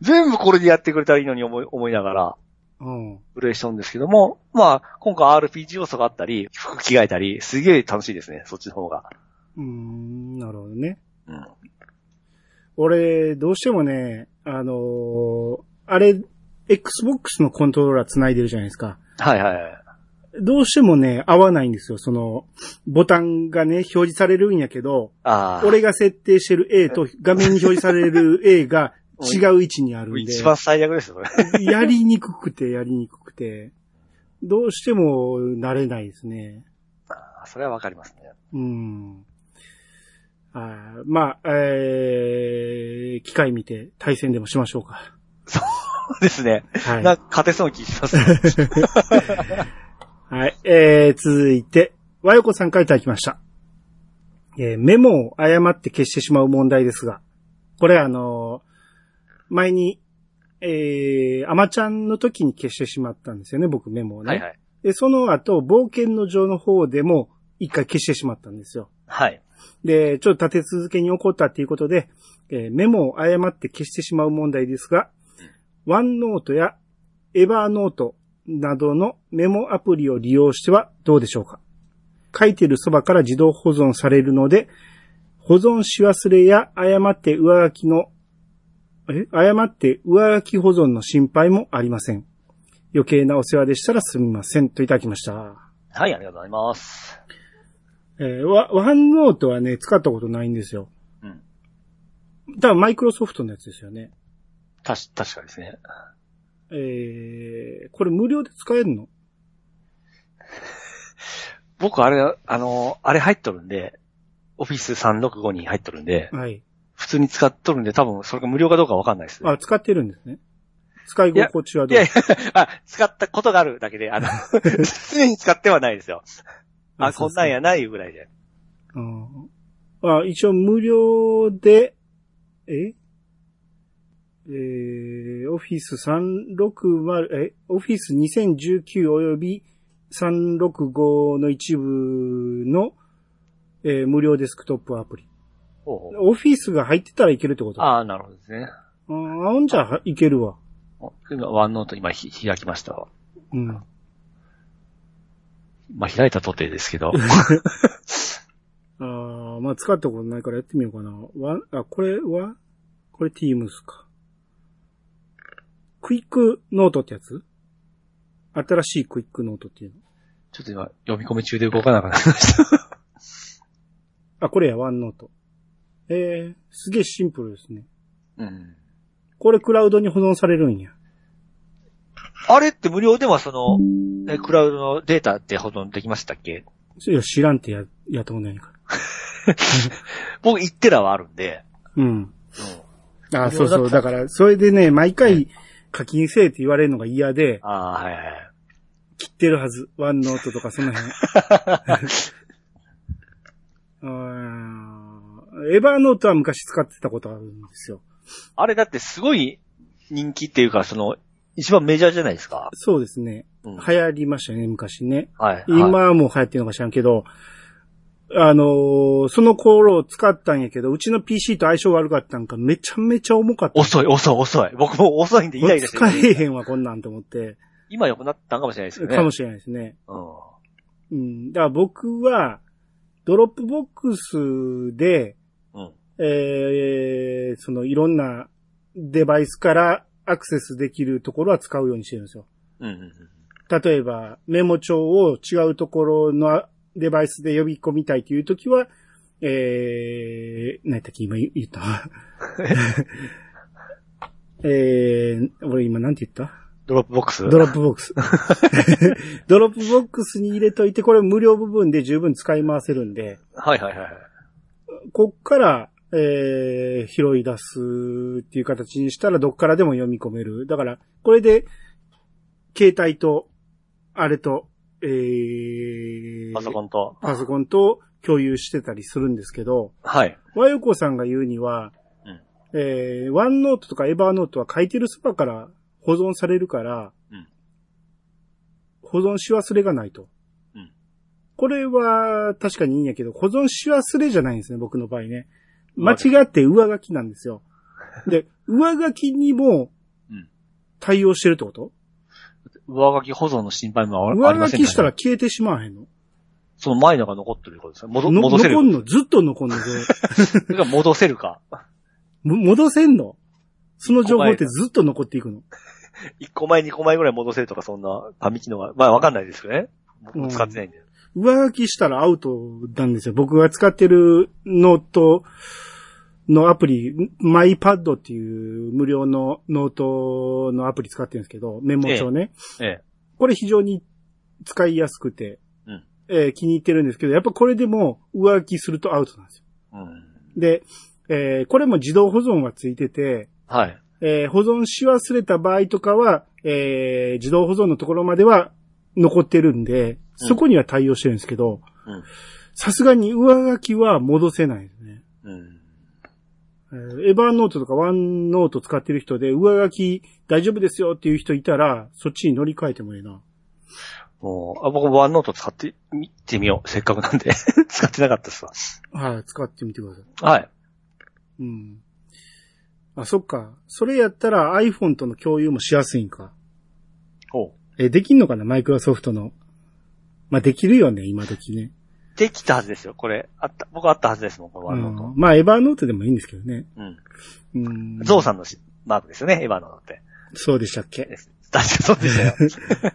[SPEAKER 2] 全部これでやってくれたらいいのに思い思いながら、
[SPEAKER 1] うん。
[SPEAKER 2] プレイしたんですけども、まあ、今回 RPG 要素があったり、服着替えたり、すげえ楽しいですね、そっちの方が。
[SPEAKER 1] うーん、なるほどね。
[SPEAKER 2] うん。
[SPEAKER 1] 俺、どうしてもね、あのーあれ、Xbox のコントローラー繋いでるじゃないですか。
[SPEAKER 2] はいはいはい。
[SPEAKER 1] どうしてもね、合わないんですよ。その、ボタンがね、表示されるんやけど、
[SPEAKER 2] ああ。
[SPEAKER 1] 俺が設定してる A と画面に表示され る A が違う位置にあるんで
[SPEAKER 2] 一、番最悪ですよ、それ。
[SPEAKER 1] やりにくくて、やりにくくて、どうしても慣れないですね。
[SPEAKER 2] あーそれはわかりますね。
[SPEAKER 1] うん。あーまあ、えー、機会見て対戦でもしましょう か。
[SPEAKER 2] そうですね。
[SPEAKER 1] はい。
[SPEAKER 2] なんか勝てそうな気 しますね。
[SPEAKER 1] はい。えー、続いて、和横さんからいただきました。えーメモを誤って消してしまう問題ですが、これあのー前に、えー、アマちゃんの時に消してしまったんですよね、僕メモをね。
[SPEAKER 2] はいはい。
[SPEAKER 1] で、その後、冒険の上の方でも一回消してしまったんですよ。
[SPEAKER 2] はい。
[SPEAKER 1] で、ちょっと立て続けに起こったっていうことで、えーメモを誤って消してしまう問題ですが、ワンノートやエバーノートなどのメモアプリを利用してはどうでしょうか書いてるそばから自動保存されるので、保存し忘れや誤って上書きの、え誤って上書き保存の心配もありません。余計なお世話でしたらすみません。といただきました。
[SPEAKER 2] はい、ありがとうございます。
[SPEAKER 1] えーワワンノートはね、使ったことないんですよ。
[SPEAKER 2] うん。
[SPEAKER 1] 多分マイクロソフトのやつですよね。
[SPEAKER 2] たし、確かですね。
[SPEAKER 1] えー、これ無料で使えるの
[SPEAKER 2] 僕、あれ、あの、あれ入っとるんで、オフィス365に入っとるんで、
[SPEAKER 1] はい。
[SPEAKER 2] 普通に使っとるんで、多分それが無料かどうかわかんないです。
[SPEAKER 1] あ、使ってるんですね。使い心地はど
[SPEAKER 2] いうやい あ、使ったことがあるだけで、あの、常に使ってはないですよ。あ、こんなん。やないぐらいで。
[SPEAKER 1] そうそううんあ、一応無料で、ええー、オフィス360、え、オフィス2019および365の一部の、えー無料デスクトップアプリ。
[SPEAKER 2] ほうほう
[SPEAKER 1] オフィスが入ってたらいけるってことあ
[SPEAKER 2] ああ、なるほどですね。
[SPEAKER 1] あ、ほんじゃいけるわ。
[SPEAKER 2] お今、ワンノート今ひ開きましたわ。
[SPEAKER 1] うん。
[SPEAKER 2] まあ、開いたとてですけ ど。
[SPEAKER 1] ああ、まあ使ったことないからやってみようかな。わ、あ、これはこれ Teams か。クイックノートってやつ新しいクイックノートっていうの。
[SPEAKER 2] ちょっと今、読み込み中で動かなくなりました。
[SPEAKER 1] あ、これや、ワンノート。えー、すげえシンプルですね。
[SPEAKER 2] うん。
[SPEAKER 1] これクラウドに保存されるんや。
[SPEAKER 2] あれって無料ではその、えクラウドのデータって保存できましたっけ
[SPEAKER 1] いや、知らんってや、やったことないから。
[SPEAKER 2] 僕1テラはあるんで。
[SPEAKER 1] うん。
[SPEAKER 2] うん。
[SPEAKER 1] あー
[SPEAKER 2] 無料だった
[SPEAKER 1] そうそう。だから、それでね、毎回課金せえって言われるのが嫌で、
[SPEAKER 2] ああ、はいはい。
[SPEAKER 1] 切ってるはず。ワンノートとかその 辺。うーんエヴァーノートは昔使ってたことあるんですよ。
[SPEAKER 2] あれだってすごい人気っていうか、その、一番メジャーじゃないですか。
[SPEAKER 1] そうですね。
[SPEAKER 2] うん。
[SPEAKER 1] 流行りましたね、昔ね。
[SPEAKER 2] はい。
[SPEAKER 1] 今
[SPEAKER 2] はい、
[SPEAKER 1] はもう流行ってるのか知らんけど、あのーその頃を使ったんやけど、うちの PC と相性悪かったんか、めちゃめちゃ重かった。
[SPEAKER 2] 遅い、遅い、遅い。僕も遅いんでイライラして
[SPEAKER 1] 使
[SPEAKER 2] る。
[SPEAKER 1] えへんわ、こんなんと思って。
[SPEAKER 2] 今良くなったんかもしれないですよね。
[SPEAKER 1] かもしれないですね。う
[SPEAKER 2] うん。
[SPEAKER 1] ん。だから僕は、ドロップボックスで、
[SPEAKER 2] うん。
[SPEAKER 1] えー、そのいろんなデバイスからアクセスできるところは使うようにしてるんですよ。
[SPEAKER 2] うんうんうん。
[SPEAKER 1] 例えば、メモ帳を違うところのデバイスで呼び込みたいというときは、えー、何やったっけ今言言った。 えー、俺今なんて言った
[SPEAKER 2] ドロップボックス
[SPEAKER 1] ドロップボックス。 ドロップボックスに入れといて、これ無料部分で十分使い回せるんで、
[SPEAKER 2] はいはいはいはい。
[SPEAKER 1] こっから、えー、拾い出すっていう形にしたらどっからでも読み込める。だから、これで、携帯と、あれと、えー、
[SPEAKER 2] パソコンと。
[SPEAKER 1] パソコンと共有してたりするんですけど、
[SPEAKER 2] はい。
[SPEAKER 1] 和洋子さんが言うには、えー、ワンノートとかエバーノートは書いてるそばから保存されるから、
[SPEAKER 2] うん
[SPEAKER 1] 保存し忘れがないと。
[SPEAKER 2] うん
[SPEAKER 1] これは確かにいいんやけど、保存し忘れじゃないんですね、僕の場合ね。間違って上書きなんですよ。 で、上書きにも
[SPEAKER 2] うん
[SPEAKER 1] 対応してるってこと
[SPEAKER 2] 上書き保存の心配もああり
[SPEAKER 1] 上
[SPEAKER 2] ま
[SPEAKER 1] 書
[SPEAKER 2] せん
[SPEAKER 1] き
[SPEAKER 2] か
[SPEAKER 1] した
[SPEAKER 2] ら、
[SPEAKER 1] ら
[SPEAKER 2] ね、
[SPEAKER 1] 消えてしまわへんの
[SPEAKER 2] その前のが残ってることですね。戻
[SPEAKER 1] の
[SPEAKER 2] 戻せる
[SPEAKER 1] 残んのずっと残んので、
[SPEAKER 2] それが戻せるか。
[SPEAKER 1] も戻せんのその情報ってずっと残っていくの
[SPEAKER 2] 1個前、2個前ぐらい戻せるとか、そんな紙機能が。まあ、わかんないですよね。僕も使ってないんで。
[SPEAKER 1] 上書きしたらアウトなんですよ。僕が使ってるノートのアプリ、マイパッドっていう無料のノートのアプリ使ってるんですけど、メモ帳ね。
[SPEAKER 2] ええ
[SPEAKER 1] これ非常に使いやすくて、
[SPEAKER 2] うん
[SPEAKER 1] えー気に入ってるんですけど、やっぱこれでも上書きするとアウトなんですよ。
[SPEAKER 2] うん。
[SPEAKER 1] で、えーこれも自動保存がついてて、
[SPEAKER 2] はい。
[SPEAKER 1] えー保存し忘れた場合とかは、えー自動保存のところまでは残ってるんで、そこには対応してるんですけど
[SPEAKER 2] うん、
[SPEAKER 1] さすがに上書きは戻せないですね。
[SPEAKER 2] うん。
[SPEAKER 1] えーエヴァーノートとかワンノート使ってる人で上書き大丈夫ですよっていう人いたら、そっちに乗り換えてもいいな。
[SPEAKER 2] もう、あ、僕ワンノート使ってみてみよう。せっかくなんで。 使ってなかったっすわ。
[SPEAKER 1] はい、使ってみてください。
[SPEAKER 2] はい。
[SPEAKER 1] うん。あ、そっか。それやったら iPhone との共有もしやすいんか。
[SPEAKER 2] おう
[SPEAKER 1] えーできんのかなマイクロソフトの。まあ、できるよね、今時ね。
[SPEAKER 2] できたはずですよ、これ。あった、僕あったはずですもん、このワンノー
[SPEAKER 1] うん
[SPEAKER 2] ト。
[SPEAKER 1] まあ、エバーノートでもいいんですけどね。
[SPEAKER 2] うん。
[SPEAKER 1] うん。
[SPEAKER 2] ゾウさんのしマークですよね、エヴァのって。
[SPEAKER 1] そうでしたっけ
[SPEAKER 2] 確かそうでした よ。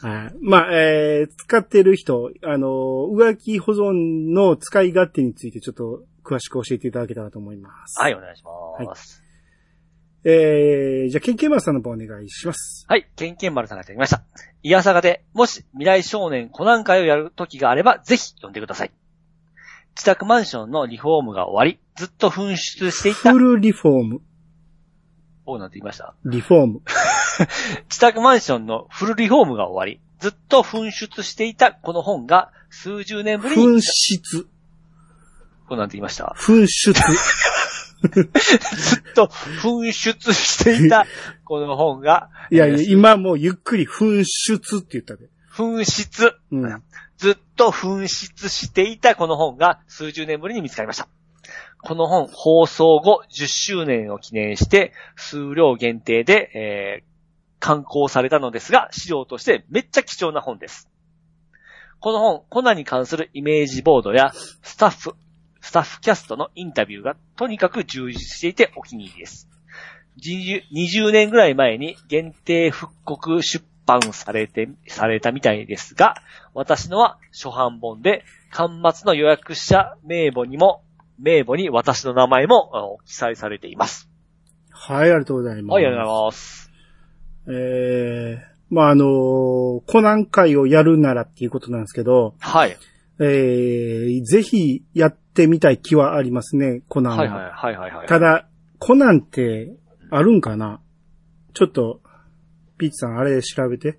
[SPEAKER 1] はい。まあ、えー、使ってる人、あのー、浮気保存の使い勝手についてちょっと詳しく教えていただけたらと思います。。
[SPEAKER 2] はいい、お願いします。
[SPEAKER 1] えー、じゃあ、ケンケンマンさんの方お願いします。
[SPEAKER 2] はい、ケンケン丸さんがいただきました。イヤサガで、もし未来少年コナン会をやる時があれば、ぜひ呼んでください。自宅マンションのリフォームが終わり、ずっと紛失していた
[SPEAKER 1] フ、ルリフォーム、
[SPEAKER 2] おうなんて言いました
[SPEAKER 1] リフォーム。
[SPEAKER 2] 自宅マンションのフルリフォームが終わり、ずっと紛失していたこの本が数十年ぶり
[SPEAKER 1] 紛
[SPEAKER 2] に、
[SPEAKER 1] 失、
[SPEAKER 2] こうなんて言いました。
[SPEAKER 1] 紛 失。
[SPEAKER 2] ずっと紛失して いたこの本が、
[SPEAKER 1] いやいや
[SPEAKER 2] えー、
[SPEAKER 1] 今もうゆっくり紛失って言ったで。
[SPEAKER 2] 紛失、
[SPEAKER 1] うん。
[SPEAKER 2] ずっと紛失していたこの本が数十年ぶりに見つかりました。この本放送後10周年を記念して数量限定で、えー刊行されたのですが、資料としてめっちゃ貴重な本です。この本、コナンに関するイメージボードやスタッフ、スタッフキャストのインタビューがとにかく充実していてお気に入りです。20 20年ぐらい前に限定復刻出版されて、されたみたいですが、私のは初版本で、端末の予約者名簿にも、名簿に私の名前もあの記載されています。
[SPEAKER 1] はい、ありがとうございます。
[SPEAKER 2] はい、ありがとうございます。
[SPEAKER 1] えー、まあ、あのーコナン会をやるならっていうことなんですけど、
[SPEAKER 2] はい。
[SPEAKER 1] えー、ぜひやってみたい気はありますね、コナンは。
[SPEAKER 2] はい、はい、はい、はい。はい
[SPEAKER 1] た、だ、コナンってあるんかなちょっと、ピーチさんあれ調べて。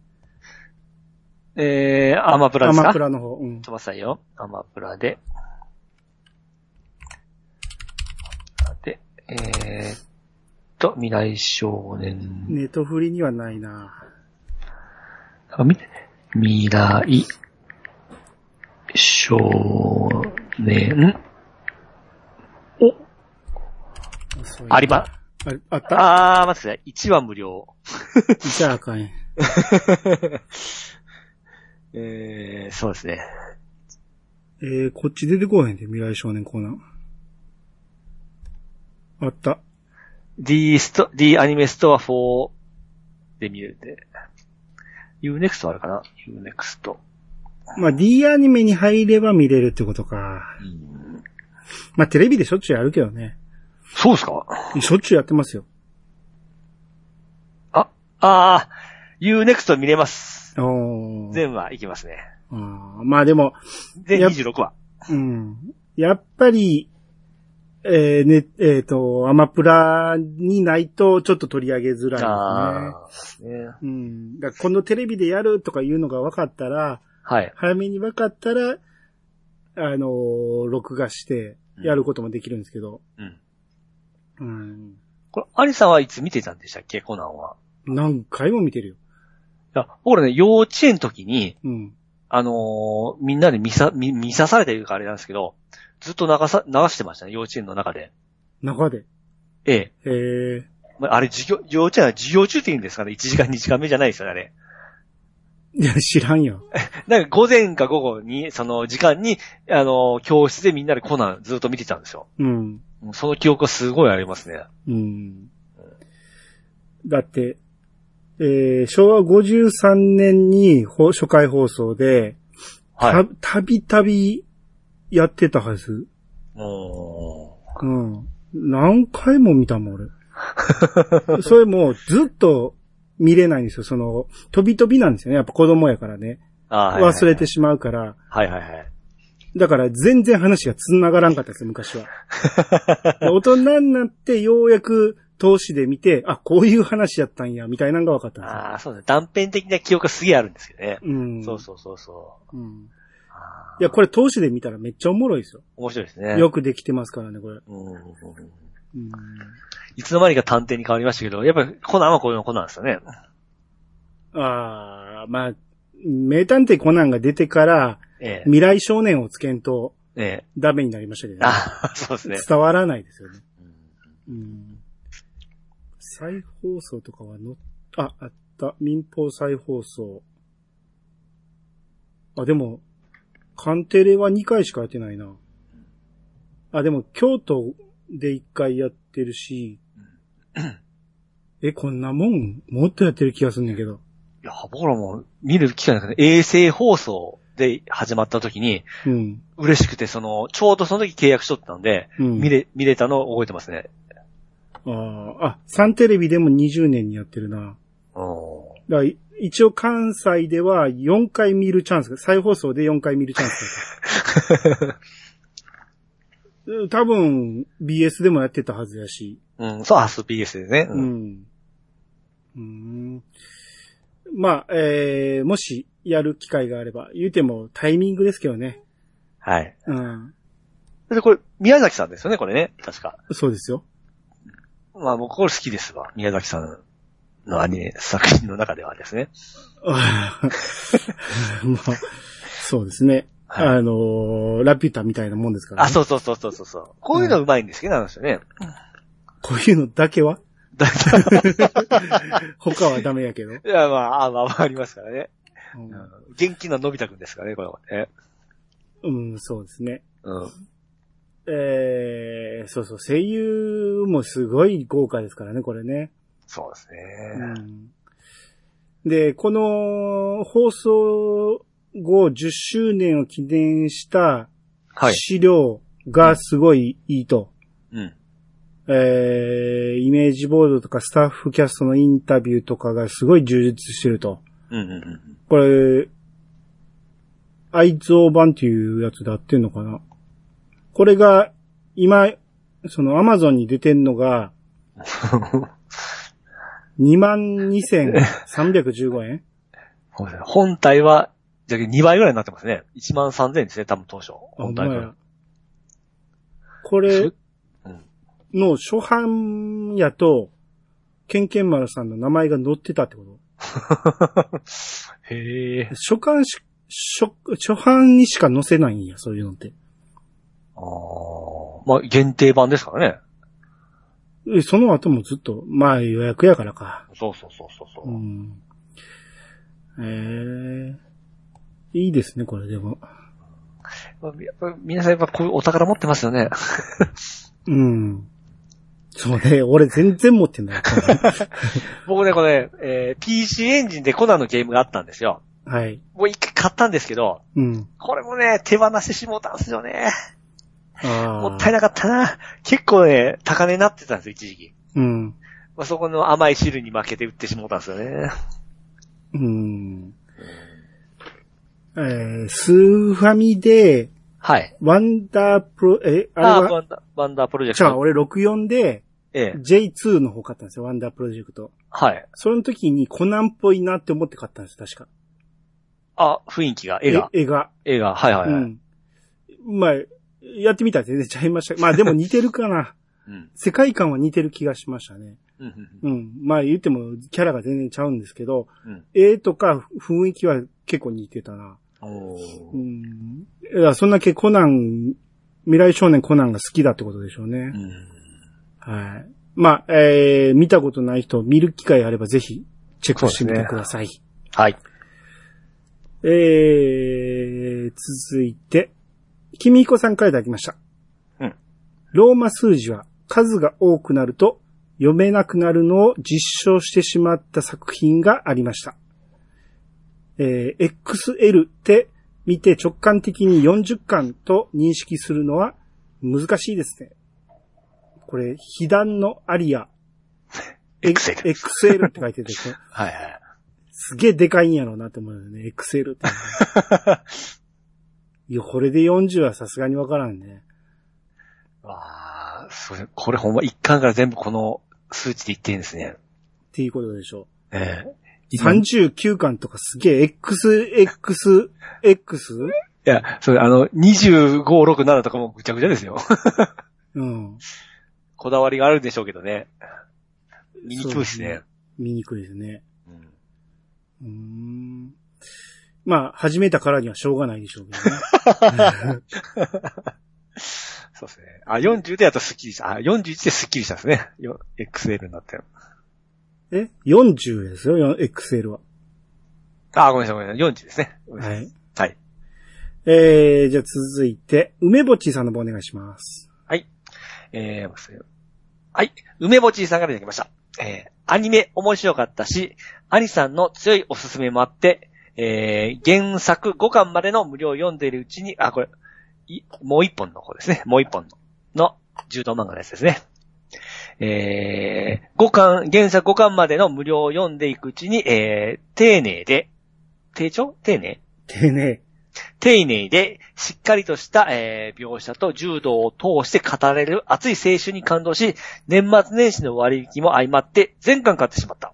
[SPEAKER 2] えー、アマプラ
[SPEAKER 1] ア
[SPEAKER 2] ですか
[SPEAKER 1] マ
[SPEAKER 2] ち
[SPEAKER 1] プ
[SPEAKER 2] ょ
[SPEAKER 1] ラ
[SPEAKER 2] っ
[SPEAKER 1] の方。うん。
[SPEAKER 2] と待ってくださいよ。アマプラで。で、えーっと、未来少年
[SPEAKER 1] ネットフリにはないな
[SPEAKER 2] あ、み、未来、少年、お、
[SPEAKER 1] そういう
[SPEAKER 2] ありま、
[SPEAKER 1] ああった
[SPEAKER 2] あー、待ってください。1話無料。
[SPEAKER 1] じゃああかんやん。
[SPEAKER 2] えー、そうですね。
[SPEAKER 1] えー、こっち出てこうへんで、未来少年コナン。あった。
[SPEAKER 2] D スト、D アニメストア4で見れて。Unext あるかな ?Unext。
[SPEAKER 1] まあ、D アニメに入れば見れるってことか。まあ、テレビでしょっちゅうやるけどね。
[SPEAKER 2] そうですか
[SPEAKER 1] しょっちゅうやってますよ。
[SPEAKER 2] あ、あー、Unext 見れます。
[SPEAKER 1] おー
[SPEAKER 2] 全話いきますね。
[SPEAKER 1] あーまあでも、
[SPEAKER 2] 全
[SPEAKER 1] やっ
[SPEAKER 2] 26話。
[SPEAKER 1] うん。やっぱり、えー、ね、えっ、と、アマプラにないとちょっと取り上げづらいですね。
[SPEAKER 2] あーそうですね。
[SPEAKER 1] うん。だからこのテレビでやるとかいうのが分かったら、
[SPEAKER 2] はい。
[SPEAKER 1] 早めに分かったら、あのー録画して、やることもできるんですけど。
[SPEAKER 2] うん。
[SPEAKER 1] うん。
[SPEAKER 2] これ、アリさんはいつ見てたんでしたっけコナンは。
[SPEAKER 1] 何回も見てるよ。
[SPEAKER 2] いや、僕らね、幼稚園の時に、
[SPEAKER 1] うん。
[SPEAKER 2] あのーみんなで見さ、見、見さされてるかあれなんですけど、ずっと流さ、流してましたね、幼稚園の中で。
[SPEAKER 1] 中で。
[SPEAKER 2] ええ。
[SPEAKER 1] えー、
[SPEAKER 2] まああれ、授業、幼稚園は授業中って言うんですかね ?1 時間2時間目じゃないですよね、あれ。
[SPEAKER 1] いや、知らんよ。
[SPEAKER 2] なんか午前か午後に、その時間に、あのー教室でみんなでコナンずっと見てたんですよ。
[SPEAKER 1] うん。
[SPEAKER 2] うんその記憶はすごいありますね。
[SPEAKER 1] うん。だって、えー、昭和53年にほ初回放送で、
[SPEAKER 2] はい。
[SPEAKER 1] た、たびたびやってたはず。
[SPEAKER 2] も
[SPEAKER 1] うん。何回も見たもん、 俺。それもうずっと見れないんですよ。その、飛び飛びなんですよね。やっぱ子供やからね。
[SPEAKER 2] う、あー
[SPEAKER 1] 忘れて。しまうから。
[SPEAKER 2] はいはいはい。
[SPEAKER 1] だから全然話が繋がらんかったですよ、昔 は。大人になってようやく投資で見て、あ、こういう話やったんや、みたいなのが分かったんですよ。
[SPEAKER 2] ああ、そうですね。断片的な記憶がすげえあるんですけどね。
[SPEAKER 1] うん。
[SPEAKER 2] そうそうそうそう。
[SPEAKER 1] うん。
[SPEAKER 2] あー
[SPEAKER 1] いや、これ投資で見たらめっちゃおもろいですよ。
[SPEAKER 2] 面白いですね。
[SPEAKER 1] よくできてますからね、これ。
[SPEAKER 2] うんうんうん
[SPEAKER 1] うん、
[SPEAKER 2] いつの間にか探偵に変わりましたけど、やっぱりコナンはこういうのコナンですよね。
[SPEAKER 1] ああ、まあ、名探偵コナンが出てから、
[SPEAKER 2] ええ。
[SPEAKER 1] 未来少年をつけんと
[SPEAKER 2] ええ。
[SPEAKER 1] ダメになりましたけど、ね、
[SPEAKER 2] ああ、そうですね。
[SPEAKER 1] 伝わらないですよね。
[SPEAKER 2] うん
[SPEAKER 1] うん。再放送とかはの、あ、あった。民放再放送。あ、でも、官邸令は2回しかやってないな。あ、でも、京都で1回やってるし、え、こんなもん、もっとやってる気がするんだけど。
[SPEAKER 2] いや、僕らも見る機会なくて、衛星放送で始まった時に、
[SPEAKER 1] うん。
[SPEAKER 2] 嬉しくて、その、ちょうどその時契約しとったんで、
[SPEAKER 1] うん。
[SPEAKER 2] 見れ、見れたのを覚えてますね。
[SPEAKER 1] あーあ、サンテレビでも20年にやってるな。
[SPEAKER 2] うん。
[SPEAKER 1] だからい一応関西では4回見るチャンスが、再放送で4回見るチャンスがうん多分、BS でもやってたはずやし。
[SPEAKER 2] うん、そう、アス BS でね。
[SPEAKER 1] う。ん。うん。まあ、えー、もし、やる機会があれば、言うてもタイミングですけどね。
[SPEAKER 2] はい。
[SPEAKER 1] うん。
[SPEAKER 2] で、これ、宮崎さんですよね、これね。確か。
[SPEAKER 1] そうですよ。
[SPEAKER 2] まあ、僕これ好きですわ。宮崎さんのアニメ作品の中ではですね。
[SPEAKER 1] あーまあ、そうですね。
[SPEAKER 2] はい
[SPEAKER 1] あのーラピュタみたいなもんですから、ね。
[SPEAKER 2] あ、そうそうそうそうそうそう。こういうのうまいんですけど、あの人ね。
[SPEAKER 1] こういうのだけは
[SPEAKER 2] だ
[SPEAKER 1] 他はダメやけど。
[SPEAKER 2] いや、まあ、あまあ、まあ、ありますからね。
[SPEAKER 1] うん
[SPEAKER 2] 元気なのび太くんですからね、これはね。
[SPEAKER 1] うん、そうですね。
[SPEAKER 2] うん。
[SPEAKER 1] えー、そうそう、声優もすごい豪華ですからね、これね。
[SPEAKER 2] そうですね。
[SPEAKER 1] うん、で、この放送後10周年を記念した
[SPEAKER 2] はい。
[SPEAKER 1] 資料がすごいいいと。
[SPEAKER 2] うん。
[SPEAKER 1] えー、イメージボードとかスタッフキャストのインタビューとかがすごい充実してると。
[SPEAKER 2] うんうんうん。
[SPEAKER 1] これ、愛蔵版っていうやつで合ってんのかなこれが、今、そのアマゾンに出てんのが、22,315円
[SPEAKER 2] ごめんなさい本体は、じゃあ2倍ぐらいになってますね。1万3000ですね、多分当初。
[SPEAKER 1] あ、ほ
[SPEAKER 2] 本
[SPEAKER 1] ん
[SPEAKER 2] 体
[SPEAKER 1] ま
[SPEAKER 2] が
[SPEAKER 1] や。これ
[SPEAKER 2] すうん
[SPEAKER 1] の初版やと、ケンケンマルさんの名前が載ってたってこと
[SPEAKER 2] へえ。
[SPEAKER 1] 初版し、初、初版にしか載せないんや、そういうのって。
[SPEAKER 2] ああ。まあ、限定版ですからね。
[SPEAKER 1] えその後もずっと、まあ予約やからか。
[SPEAKER 2] そうそうそうそうそうう、
[SPEAKER 1] ん。ええいいですね、これでも。
[SPEAKER 2] まあみやっぱ皆さんやっぱこういうお宝持ってますよね。
[SPEAKER 1] うん。そうね、俺全然持って ない。
[SPEAKER 2] 僕ね、これ、えー PC エンジンでコナンのゲームがあったんですよ。
[SPEAKER 1] はい。
[SPEAKER 2] もう一回買ったんですけど、
[SPEAKER 1] うん。
[SPEAKER 2] これもね、手放してしもうたんですよね。
[SPEAKER 1] ああ。
[SPEAKER 2] もったいなかったな。結構ね、高値になってたんですよ、一時期。
[SPEAKER 1] うん。
[SPEAKER 2] まあ、そこの甘い汁に負けて売ってしもうたんですよね。
[SPEAKER 1] うん。えー、スーファミで、
[SPEAKER 2] はい。
[SPEAKER 1] ワンダープロ、え、
[SPEAKER 2] あ
[SPEAKER 1] あ
[SPEAKER 2] あ
[SPEAKER 1] れは、
[SPEAKER 2] ー、ワンダワンダープロジェク
[SPEAKER 1] じゃあ
[SPEAKER 2] ト。
[SPEAKER 1] 俺64で
[SPEAKER 2] ええ。
[SPEAKER 1] J2 の方買ったんですよ、ワンダープロジェクト。
[SPEAKER 2] はい。
[SPEAKER 1] その時にコナンっぽいなって思って買ったんです、確か。
[SPEAKER 2] あ、雰囲気が、絵が、
[SPEAKER 1] え絵が。
[SPEAKER 2] 絵が、はいはいはい。
[SPEAKER 1] うん。まあ、やってみたら全然ちゃいました。まあでも似てるかな。
[SPEAKER 2] うん。
[SPEAKER 1] 世界観は似てる気がしましたね。
[SPEAKER 2] うんうん
[SPEAKER 1] うん。まあ言ってもキャラが全然ちゃうんですけど、
[SPEAKER 2] うん
[SPEAKER 1] 絵とか雰囲気は結構似てたな。
[SPEAKER 2] お
[SPEAKER 1] う
[SPEAKER 2] ー
[SPEAKER 1] ん。だからそんだけコナン、未来少年コナンが好きだってことでしょうね
[SPEAKER 2] う。ん。
[SPEAKER 1] はい。まあ、えー、見たことない人、見る機会あればぜひ、チェックしてみてください。
[SPEAKER 2] はい。
[SPEAKER 1] えー、続いて、君彦さんからいただきました。
[SPEAKER 2] うん。
[SPEAKER 1] ローマ数字は数が多くなると読めなくなるのを実証してしまった作品がありました。えー XL って見て直感的に40巻と認識するのは難しいですね。これ、被弾のア リア。え
[SPEAKER 2] XL
[SPEAKER 1] XL って書いてて、これ
[SPEAKER 2] はいはい。
[SPEAKER 1] すげえでかいんやろうなって思うよね。XL って。いや、これで40はさすがにわからんね。
[SPEAKER 2] わあ、それ、これほんま一巻から全部この数値でいってんですね。
[SPEAKER 1] っていうことでしょ
[SPEAKER 2] ええ
[SPEAKER 1] う。39巻とかすげえ XX、X?
[SPEAKER 2] いや、それあの、25、6、7とかもぐちゃぐちゃですよ。
[SPEAKER 1] うん。
[SPEAKER 2] こだわりがあるんでしょうけどね。見にくいしね。
[SPEAKER 1] 見にくいですね。
[SPEAKER 2] うん
[SPEAKER 1] うーん。まあ、始めたからにはしょうがないでしょうけどね。
[SPEAKER 2] そうですね。あ、40でやっとスッキリした。あ、41でスッキリしたんですね。よ XL になって。
[SPEAKER 1] え ?40 ですよ、よ XL は。
[SPEAKER 2] あ、ごめんなさい、ごめんなさい。40ですね。ごめんな
[SPEAKER 1] は
[SPEAKER 2] さい
[SPEAKER 1] い。
[SPEAKER 2] はい。
[SPEAKER 1] えー、じゃあ続いて、梅ぼっちさんの方お願いします。
[SPEAKER 2] えー忘れようはい。梅ぼちさんからいただきました。えーアニメ面白かったし、アニさんの強いおすすめもあって、えー原作5巻までの無料を読んでいるうちに、あ、これ、いもう一本の方ですね。もう一本の、の柔道漫画のやつですね。えー、5巻、原作5巻までの無料を読んでいくうちに、えー丁寧で、丁重丁寧
[SPEAKER 1] でね、
[SPEAKER 2] 丁寧で、しっかりとした、えー描写と柔道を通して語れる熱い青春に感動し、年末年始の割引も相まって全巻買ってしまった。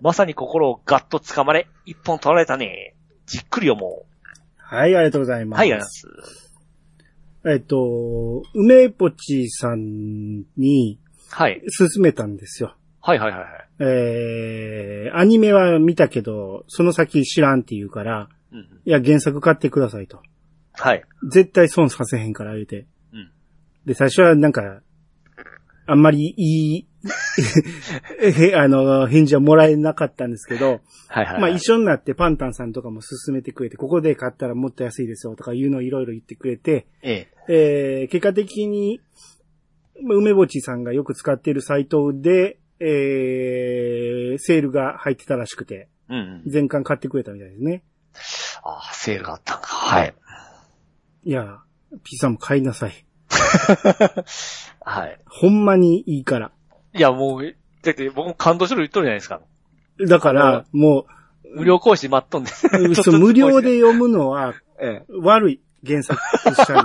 [SPEAKER 2] まさに心をガッと掴まれ、一本取られたね。じっくり読も。
[SPEAKER 1] はい、ありがとうございうます。
[SPEAKER 2] はい、ありがとうございます。
[SPEAKER 1] えっと、梅ぽちさんに
[SPEAKER 2] はい。
[SPEAKER 1] 勧めたんですよ。
[SPEAKER 2] はい、はい、はいはい。
[SPEAKER 1] えー、アニメは見たけど、その先知らんって言うから、
[SPEAKER 2] うんうん、
[SPEAKER 1] いや、原作買ってくださいと。
[SPEAKER 2] はい。
[SPEAKER 1] 絶対損させへんから言うて。
[SPEAKER 2] うん
[SPEAKER 1] で、最初はなんか、あんまりいい、 へあの、返事はもらえなかったんですけど、
[SPEAKER 2] はい、はい。
[SPEAKER 1] まあ
[SPEAKER 2] はい
[SPEAKER 1] 一緒になってパンタンさんとかも勧めてくれて、ここで買ったらもっと安いですよとかいうのをいろいろ言ってくれて、
[SPEAKER 2] ええ。
[SPEAKER 1] えー結果的に、まあ梅ぼちさんがよく使っているサイトで、えーセールが入ってたらしくて、
[SPEAKER 2] うん、うん。
[SPEAKER 1] 全巻買ってくれたみたいですね。
[SPEAKER 2] あーセールがあったんか。はい。
[SPEAKER 1] いや、P さんも買いなさい。
[SPEAKER 2] はい。
[SPEAKER 1] ほんまにいいから。
[SPEAKER 2] いや、もう、だって僕も感動しろ言っとるじゃないですか。
[SPEAKER 1] だから、も
[SPEAKER 2] 無料講師待っとんで。 ちょっ
[SPEAKER 1] う、
[SPEAKER 2] と
[SPEAKER 1] そう無料で。読むのは
[SPEAKER 2] ええ。
[SPEAKER 1] 悪い原作者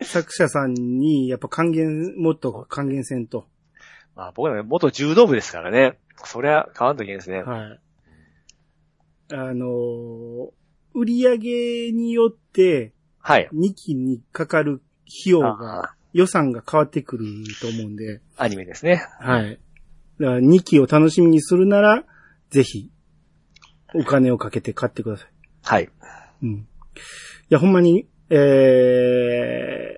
[SPEAKER 1] に。作者さんに、やっぱ還元、もっと還元せんと。
[SPEAKER 2] まあ僕らね元柔道部ですからね。そりゃ変わんといけないですね。
[SPEAKER 1] はい。あのー売り上げによって、
[SPEAKER 2] はい。
[SPEAKER 1] 2期にかかる費用が、
[SPEAKER 2] あ
[SPEAKER 1] 予算が変わってくると思うんで、
[SPEAKER 2] アニメですね。
[SPEAKER 1] はい。だから2期を楽しみにするなら、ぜひ、お金をかけて買ってください。
[SPEAKER 2] はい。
[SPEAKER 1] うん。いや、ほんまに、え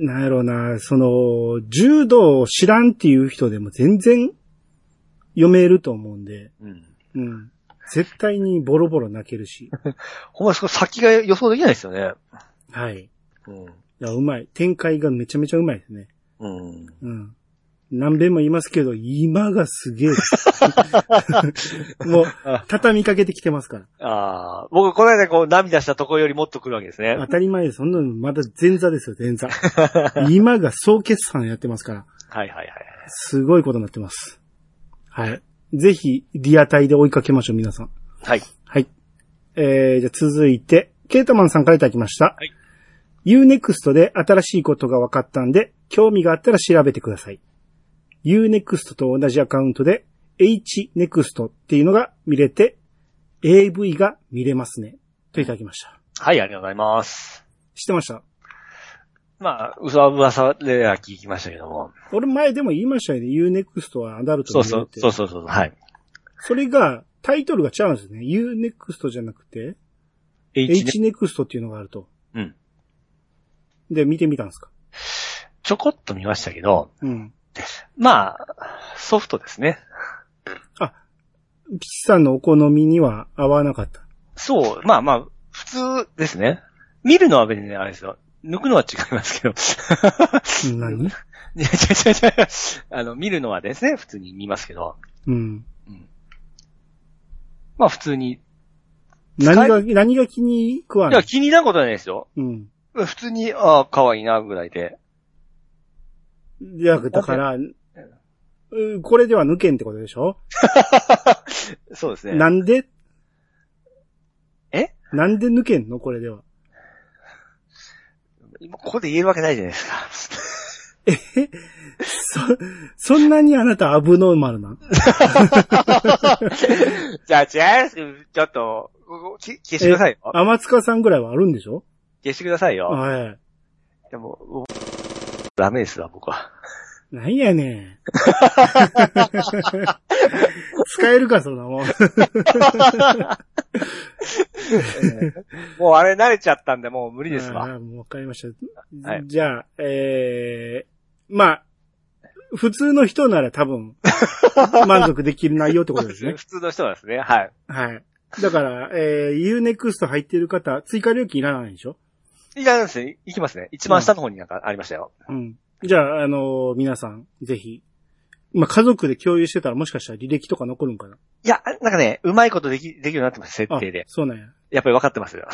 [SPEAKER 1] ー、なんやろうな、その、柔道を知らんっていう人でも全然読めると思うんで、
[SPEAKER 2] うん。
[SPEAKER 1] うん。絶対にボロボロ泣けるし。
[SPEAKER 2] ほんまそこ先が予想できないですよね。
[SPEAKER 1] はい。い
[SPEAKER 2] うん。
[SPEAKER 1] や、うまい。展開がめちゃめちゃうまいですね。
[SPEAKER 2] うん。
[SPEAKER 1] うん。何遍も言いますけど、今がすげえ。もう、畳みかけてきてますから。
[SPEAKER 2] ああ、僕この間こう涙したとこよりもっと来るわけですね。
[SPEAKER 1] 当たり前です。そんなのまだ前座ですよ、前座。今が総決算やってますから。
[SPEAKER 2] はいはいはい。
[SPEAKER 1] すごいことになってます。はい。ぜひ、リアタイで追いかけましょう、皆さん。
[SPEAKER 2] はい。
[SPEAKER 1] はい。えー、じゃあ続いて、ケータマンさんからいただきました。
[SPEAKER 2] はい。
[SPEAKER 1] Unext で新しいことが分かったんで、興味があったら調べてください。Unext と同じアカウントで、Hnext っていうのが見れて、AV が見れますね。といただきました。
[SPEAKER 2] はい、ありがとうございます。
[SPEAKER 1] 知ってました。
[SPEAKER 2] まあ、うわ噂では聞きましたけども。
[SPEAKER 1] 俺前でも言いましたよね。Unext はアダルト
[SPEAKER 2] そ
[SPEAKER 1] の
[SPEAKER 2] うそう、
[SPEAKER 1] って。
[SPEAKER 2] そうそうそう、はい。
[SPEAKER 1] それが、タイトルが違うんですね。Unext じゃなくて、
[SPEAKER 2] H ね
[SPEAKER 1] Hnext っていうのがあると。
[SPEAKER 2] うん。
[SPEAKER 1] で、見てみたんですか。
[SPEAKER 2] ちょこっと見ましたけど、
[SPEAKER 1] うん。
[SPEAKER 2] まあ、ソフトですね。
[SPEAKER 1] ピッチさんのお好みには合わなかった。
[SPEAKER 2] そう、まあまあ、普通ですね。見るのは別にあれですよ。抜くのは違いますけど。
[SPEAKER 1] うん何
[SPEAKER 2] いや、違う違う違う。あの、見るのはですね、普通に見ますけど。
[SPEAKER 1] うん。
[SPEAKER 2] まあ普通に。い
[SPEAKER 1] 何が、何が気に食わな
[SPEAKER 2] や、
[SPEAKER 1] い
[SPEAKER 2] 気になることはないですよ。
[SPEAKER 1] うん。
[SPEAKER 2] 普通に、ああ、可愛いな、ぐらいで。
[SPEAKER 1] いや、だから、うんこれでは抜けんってことでしょ
[SPEAKER 2] そうですね。
[SPEAKER 1] なんで
[SPEAKER 2] え
[SPEAKER 1] なんで抜けんのこれでは。
[SPEAKER 2] 今ここで言えるわけないじゃないです
[SPEAKER 1] そ、そんなにあなたアブノーマルなん
[SPEAKER 2] か。 じゃあ違います。ちょっと、ここき消してくださいよ。
[SPEAKER 1] 天塚さんぐらいはあるんでしょ
[SPEAKER 2] 消してくださいよ。
[SPEAKER 1] はい。
[SPEAKER 2] でも、おダメですわ、僕は。
[SPEAKER 1] なんや ねん。使えるか、そんなもん。
[SPEAKER 2] もうあれ慣れちゃったんで、もう無理ですわ。
[SPEAKER 1] あー もうわかりました。
[SPEAKER 2] はい
[SPEAKER 1] じゃあ、えー、まあ、普通の人なら多 分、満足できる内容ってことですね。
[SPEAKER 2] 普通の人はですね、はい。
[SPEAKER 1] はい。だから、えー、Unext 入ってる方、追加料金いらないでしょ
[SPEAKER 2] いや、ですね、行きますね。一番下の方になんかありましたよ。
[SPEAKER 1] うん。じゃあ、あのー皆さん、ぜひ。まあ、家族で共有してたらもしかしたら履歴とか残るんかな。
[SPEAKER 2] いや、なんかね、うまいことでき、できるようになってます、設
[SPEAKER 1] あ
[SPEAKER 2] 定で。
[SPEAKER 1] そうなんや。
[SPEAKER 2] やっぱり分かってますよ。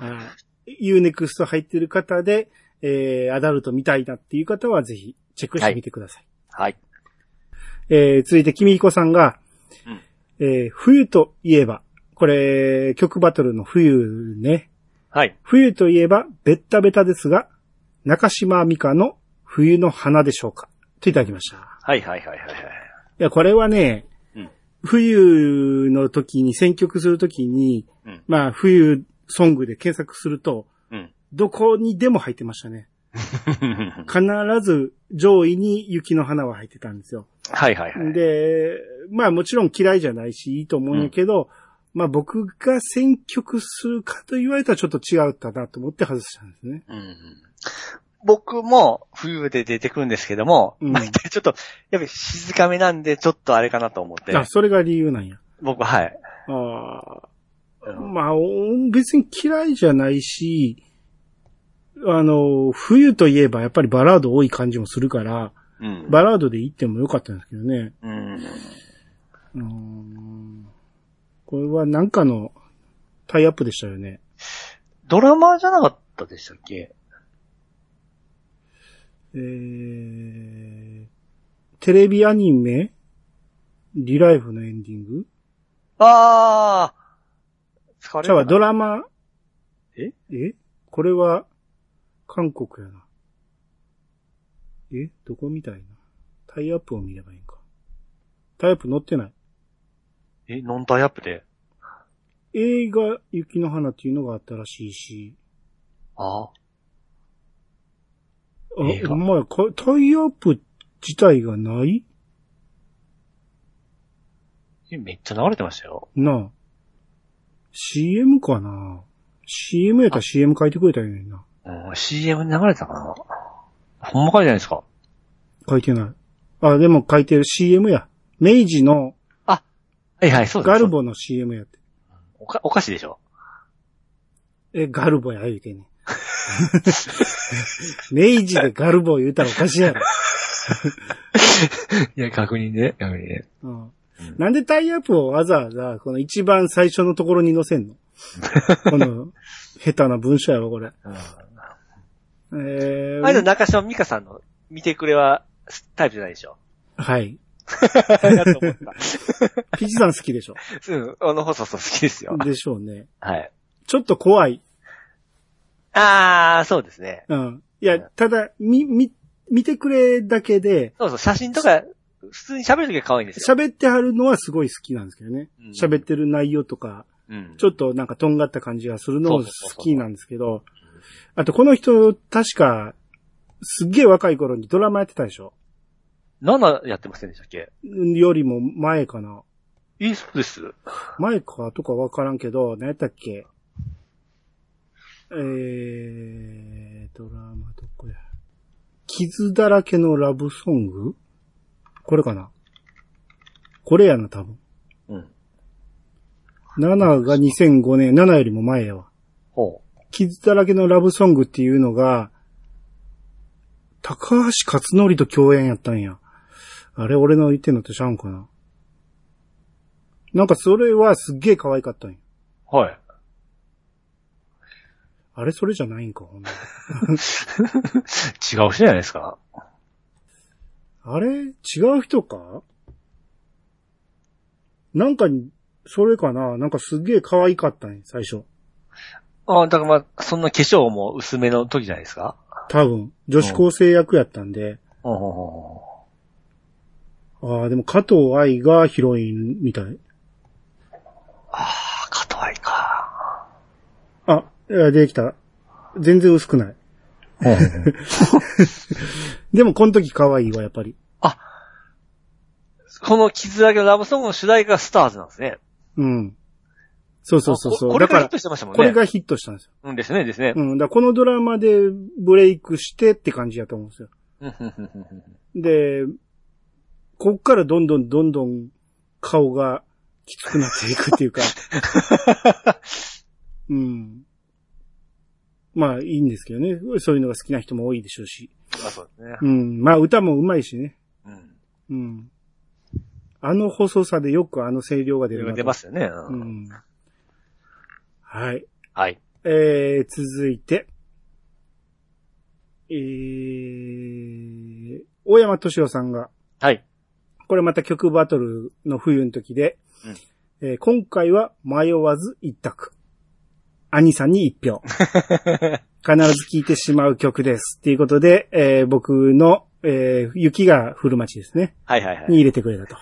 [SPEAKER 1] はい。Unext 入ってる方で、えー、アダルト見たいなっていう方はぜひチェックしてみてください。
[SPEAKER 2] はい。
[SPEAKER 1] えー、続いて、君彦さんが、
[SPEAKER 2] うん
[SPEAKER 1] えー、冬といえば、これ、曲バトルの冬ね。
[SPEAKER 2] はい。
[SPEAKER 1] 冬といえば、ベッタベタですが、中島美香の冬の花でしょうかといただきました。
[SPEAKER 2] はいはいはいはいはい。
[SPEAKER 1] いや、これはね、
[SPEAKER 2] うん
[SPEAKER 1] 冬の時に選曲するときに、
[SPEAKER 2] うん
[SPEAKER 1] まあ、冬ソングで検索すると、
[SPEAKER 2] うん。
[SPEAKER 1] どこにでも入ってましたね。必ず上位に雪の花は入ってたんですよ。
[SPEAKER 2] はいはいはい。
[SPEAKER 1] で、まあもちろん嫌いじゃないし、いいと思うんやけど、まあ僕が選曲するかと言われたらちょっと違うかなと思って外したんですね。
[SPEAKER 2] うん僕も冬で出てくるんですけども、
[SPEAKER 1] うん
[SPEAKER 2] 毎回ちょっと、やっぱり静かめなんで、ちょっとあれかなと思って、
[SPEAKER 1] あ、それが理由なんや。
[SPEAKER 2] 僕は、はい。
[SPEAKER 1] あ
[SPEAKER 2] う
[SPEAKER 1] あ、
[SPEAKER 2] ん
[SPEAKER 1] まあ、お別に嫌いじゃないし、あの、冬といえばやっぱりバラード多い感じもするから、
[SPEAKER 2] うん。
[SPEAKER 1] バラードで行ってもよかったんですけどね。
[SPEAKER 2] うん。
[SPEAKER 1] うーんこれはなんかのタイアップでしたよね。
[SPEAKER 2] ドラマーじゃなかったでしたっけ
[SPEAKER 1] えー、テレビアニメリライフのエンディング
[SPEAKER 2] あー疲れ
[SPEAKER 1] じゃあ
[SPEAKER 2] る
[SPEAKER 1] ドラマ
[SPEAKER 2] え
[SPEAKER 1] えこれは、韓国やな。えどこみたいな。タイアップを見ればいいんか。タイアップ載ってない。
[SPEAKER 2] え、ノンタイアップで
[SPEAKER 1] 映画、雪の花っていうのがあったらしいし。
[SPEAKER 2] ああ。
[SPEAKER 1] あ、
[SPEAKER 2] 映画
[SPEAKER 1] お前、かタイアップ自体がない
[SPEAKER 2] えめっちゃ流れてましたよ。
[SPEAKER 1] なあ。CM かな ?CM やったら CM 書いてくれたらいいのにな。
[SPEAKER 2] うん、CM に流れてたかなほんまかいじゃないですか。
[SPEAKER 1] 書いてない。あ、でも書いてる CM や。明治の
[SPEAKER 2] はいはい、そうです。
[SPEAKER 1] ガルボの CM やって。
[SPEAKER 2] おか。お菓子でしょ。
[SPEAKER 1] え、ガルボや言うてんねん。明治でガルボ言うたらおかしいやろ。
[SPEAKER 2] いや、確認ね、確認ね。
[SPEAKER 1] うんなんでタイアップをわざわざ、この一番最初のところに載せん のこの、下手な文章やろ、これ。
[SPEAKER 2] うん
[SPEAKER 1] え
[SPEAKER 2] あれの
[SPEAKER 1] ー、
[SPEAKER 2] 中島美香さんの見てくれはタイプじゃないでしょ。
[SPEAKER 1] はい。
[SPEAKER 2] だと思った。
[SPEAKER 1] ピチさん好きでしょ
[SPEAKER 2] うん、あの放送好きですよ。
[SPEAKER 1] でしょうね。
[SPEAKER 2] はい。
[SPEAKER 1] ちょっと怖い。
[SPEAKER 2] あー、そうですね。
[SPEAKER 1] うん。いや、ただ、み、み、見てくれだけで、
[SPEAKER 2] そうそう、写真とか、普通に喋るときは可愛いんですよ。
[SPEAKER 1] 喋ってはるのはすごい好きなんですけどね
[SPEAKER 2] うん。
[SPEAKER 1] 喋ってる内容とか、
[SPEAKER 2] うん。
[SPEAKER 1] ちょっとなんかとんがった感じがするの
[SPEAKER 2] そう
[SPEAKER 1] も
[SPEAKER 2] そうそうそう
[SPEAKER 1] 好きなんですけど、あとこの人、確か、すっげえ若い頃にドラマやってたでしょ
[SPEAKER 2] 7やってませんでしたっけ
[SPEAKER 1] よりも前かな。
[SPEAKER 2] いいそうです。
[SPEAKER 1] 前かとかわからんけど、何やったっけえー、ドラマどこや。傷だらけのラブソングこれかなこれやな、多分。
[SPEAKER 2] うん。
[SPEAKER 1] 7が2005年、7よりも前やわ。
[SPEAKER 2] ほう。
[SPEAKER 1] 傷だらけのラブソングっていうのが、高橋克典と共演やったんや。あれ、俺の言ってんのとちゃうんかな。なんかそれはすっげえ可愛かったんや。
[SPEAKER 2] はい。
[SPEAKER 1] あれ、それじゃないんか、ほんま
[SPEAKER 2] 違う人じゃないですか
[SPEAKER 1] あれ、違う人かなんかに、それかななんかすっげえ可愛かったんや、最初。
[SPEAKER 2] あだからまあ、そんな化粧も薄めの時じゃないですか
[SPEAKER 1] 多分、女子高生役やったんで。
[SPEAKER 2] ほうほうほうほ
[SPEAKER 1] ああ、でも加藤愛がヒロインみたい。
[SPEAKER 2] う。ああ、加藤愛か。
[SPEAKER 1] あ、いや出てきた。全然薄くない。でも、この時可愛いわ、やっぱり。
[SPEAKER 2] この傷だけのラブソングの主題歌がスターズなんですね。
[SPEAKER 1] うん。そうそうそうそう。
[SPEAKER 2] あここれ
[SPEAKER 1] だから
[SPEAKER 2] がヒット、してましたもんね。
[SPEAKER 1] これがヒットしたんですよ。
[SPEAKER 2] うんですね、ですね。
[SPEAKER 1] うん。だからこのドラマでブレイクしてって感じだと思うんですよ。
[SPEAKER 2] うんうんうんうん うん
[SPEAKER 1] で、こっからどんどんどんどん顔がきつくなっていくっていう か。うん。まあ、いいんですけどね。そういうのが好きな人も多いでしょうし。
[SPEAKER 2] まあそうですね。
[SPEAKER 1] うん。まあ、歌も上手いしね。
[SPEAKER 2] う
[SPEAKER 1] う
[SPEAKER 2] ん。
[SPEAKER 1] ん。あの細さでよくあの声量が出るなと
[SPEAKER 2] 出ますよね。う
[SPEAKER 1] うんん。はい。
[SPEAKER 2] はい。
[SPEAKER 1] えー、続いて。えー、大山敏夫さんが、
[SPEAKER 2] はい。
[SPEAKER 1] これまた曲バトルの冬の時で、えー今回は迷わず一択。兄さんに一票。必ず聴いてしまう曲です。ということで、えー僕の、えー雪が降る街ですね。
[SPEAKER 2] はいはいは
[SPEAKER 1] に
[SPEAKER 2] い。
[SPEAKER 1] 入れてくれたと。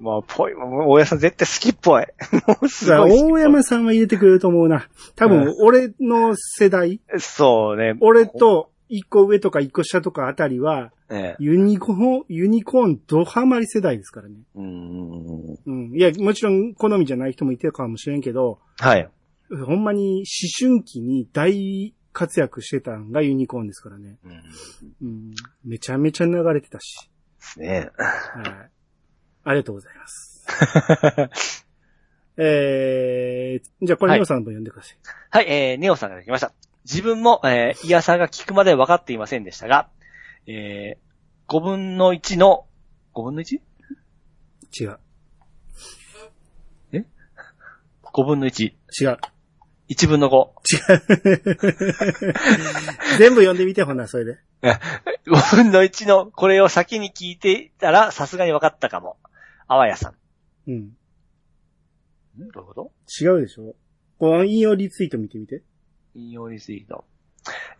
[SPEAKER 2] もう、ぽい、もう、大家さん絶対好きっぽい。 もう、す
[SPEAKER 1] だから
[SPEAKER 2] ごい好きっぽい。
[SPEAKER 1] 大山さんは入れてくれると思うな。多分、俺の世代、
[SPEAKER 2] そうね。
[SPEAKER 1] 俺と一個上とか一個下とかあたりは、
[SPEAKER 2] ね。
[SPEAKER 1] ユニコーン、ユニコーンドハマり世代ですからね。
[SPEAKER 2] うん。
[SPEAKER 1] うん。いや、もちろん好みじゃない人もいてるかもしれんけど、
[SPEAKER 2] はい。
[SPEAKER 1] ほんまに思春期に大活躍してたんがユニコーンですからね。
[SPEAKER 2] うん。で
[SPEAKER 1] うん。めちゃめちゃ流れてたし。
[SPEAKER 2] すね。
[SPEAKER 1] はい。ありがとうございます。えー、じゃあこれ、
[SPEAKER 2] はい
[SPEAKER 1] ニオさんの分読んでください。
[SPEAKER 2] はい、えー、ネオさんが来ました。自分も、えー、イヤさが聞くまで分かっていませんでしたが、えー、5分の1の、5分の 1?5
[SPEAKER 1] 違う。
[SPEAKER 2] 分の1。
[SPEAKER 1] 違う。
[SPEAKER 2] 1分の5。
[SPEAKER 1] 全部読んでみて、ほな、それで。
[SPEAKER 2] 5分の1のこれを先に聞いていたらさすがに分かったかも。あわやさん。
[SPEAKER 1] うん。
[SPEAKER 2] んどういうこと
[SPEAKER 1] 違うでしょこの引用リツイート見てみて。
[SPEAKER 2] 引用リツイート。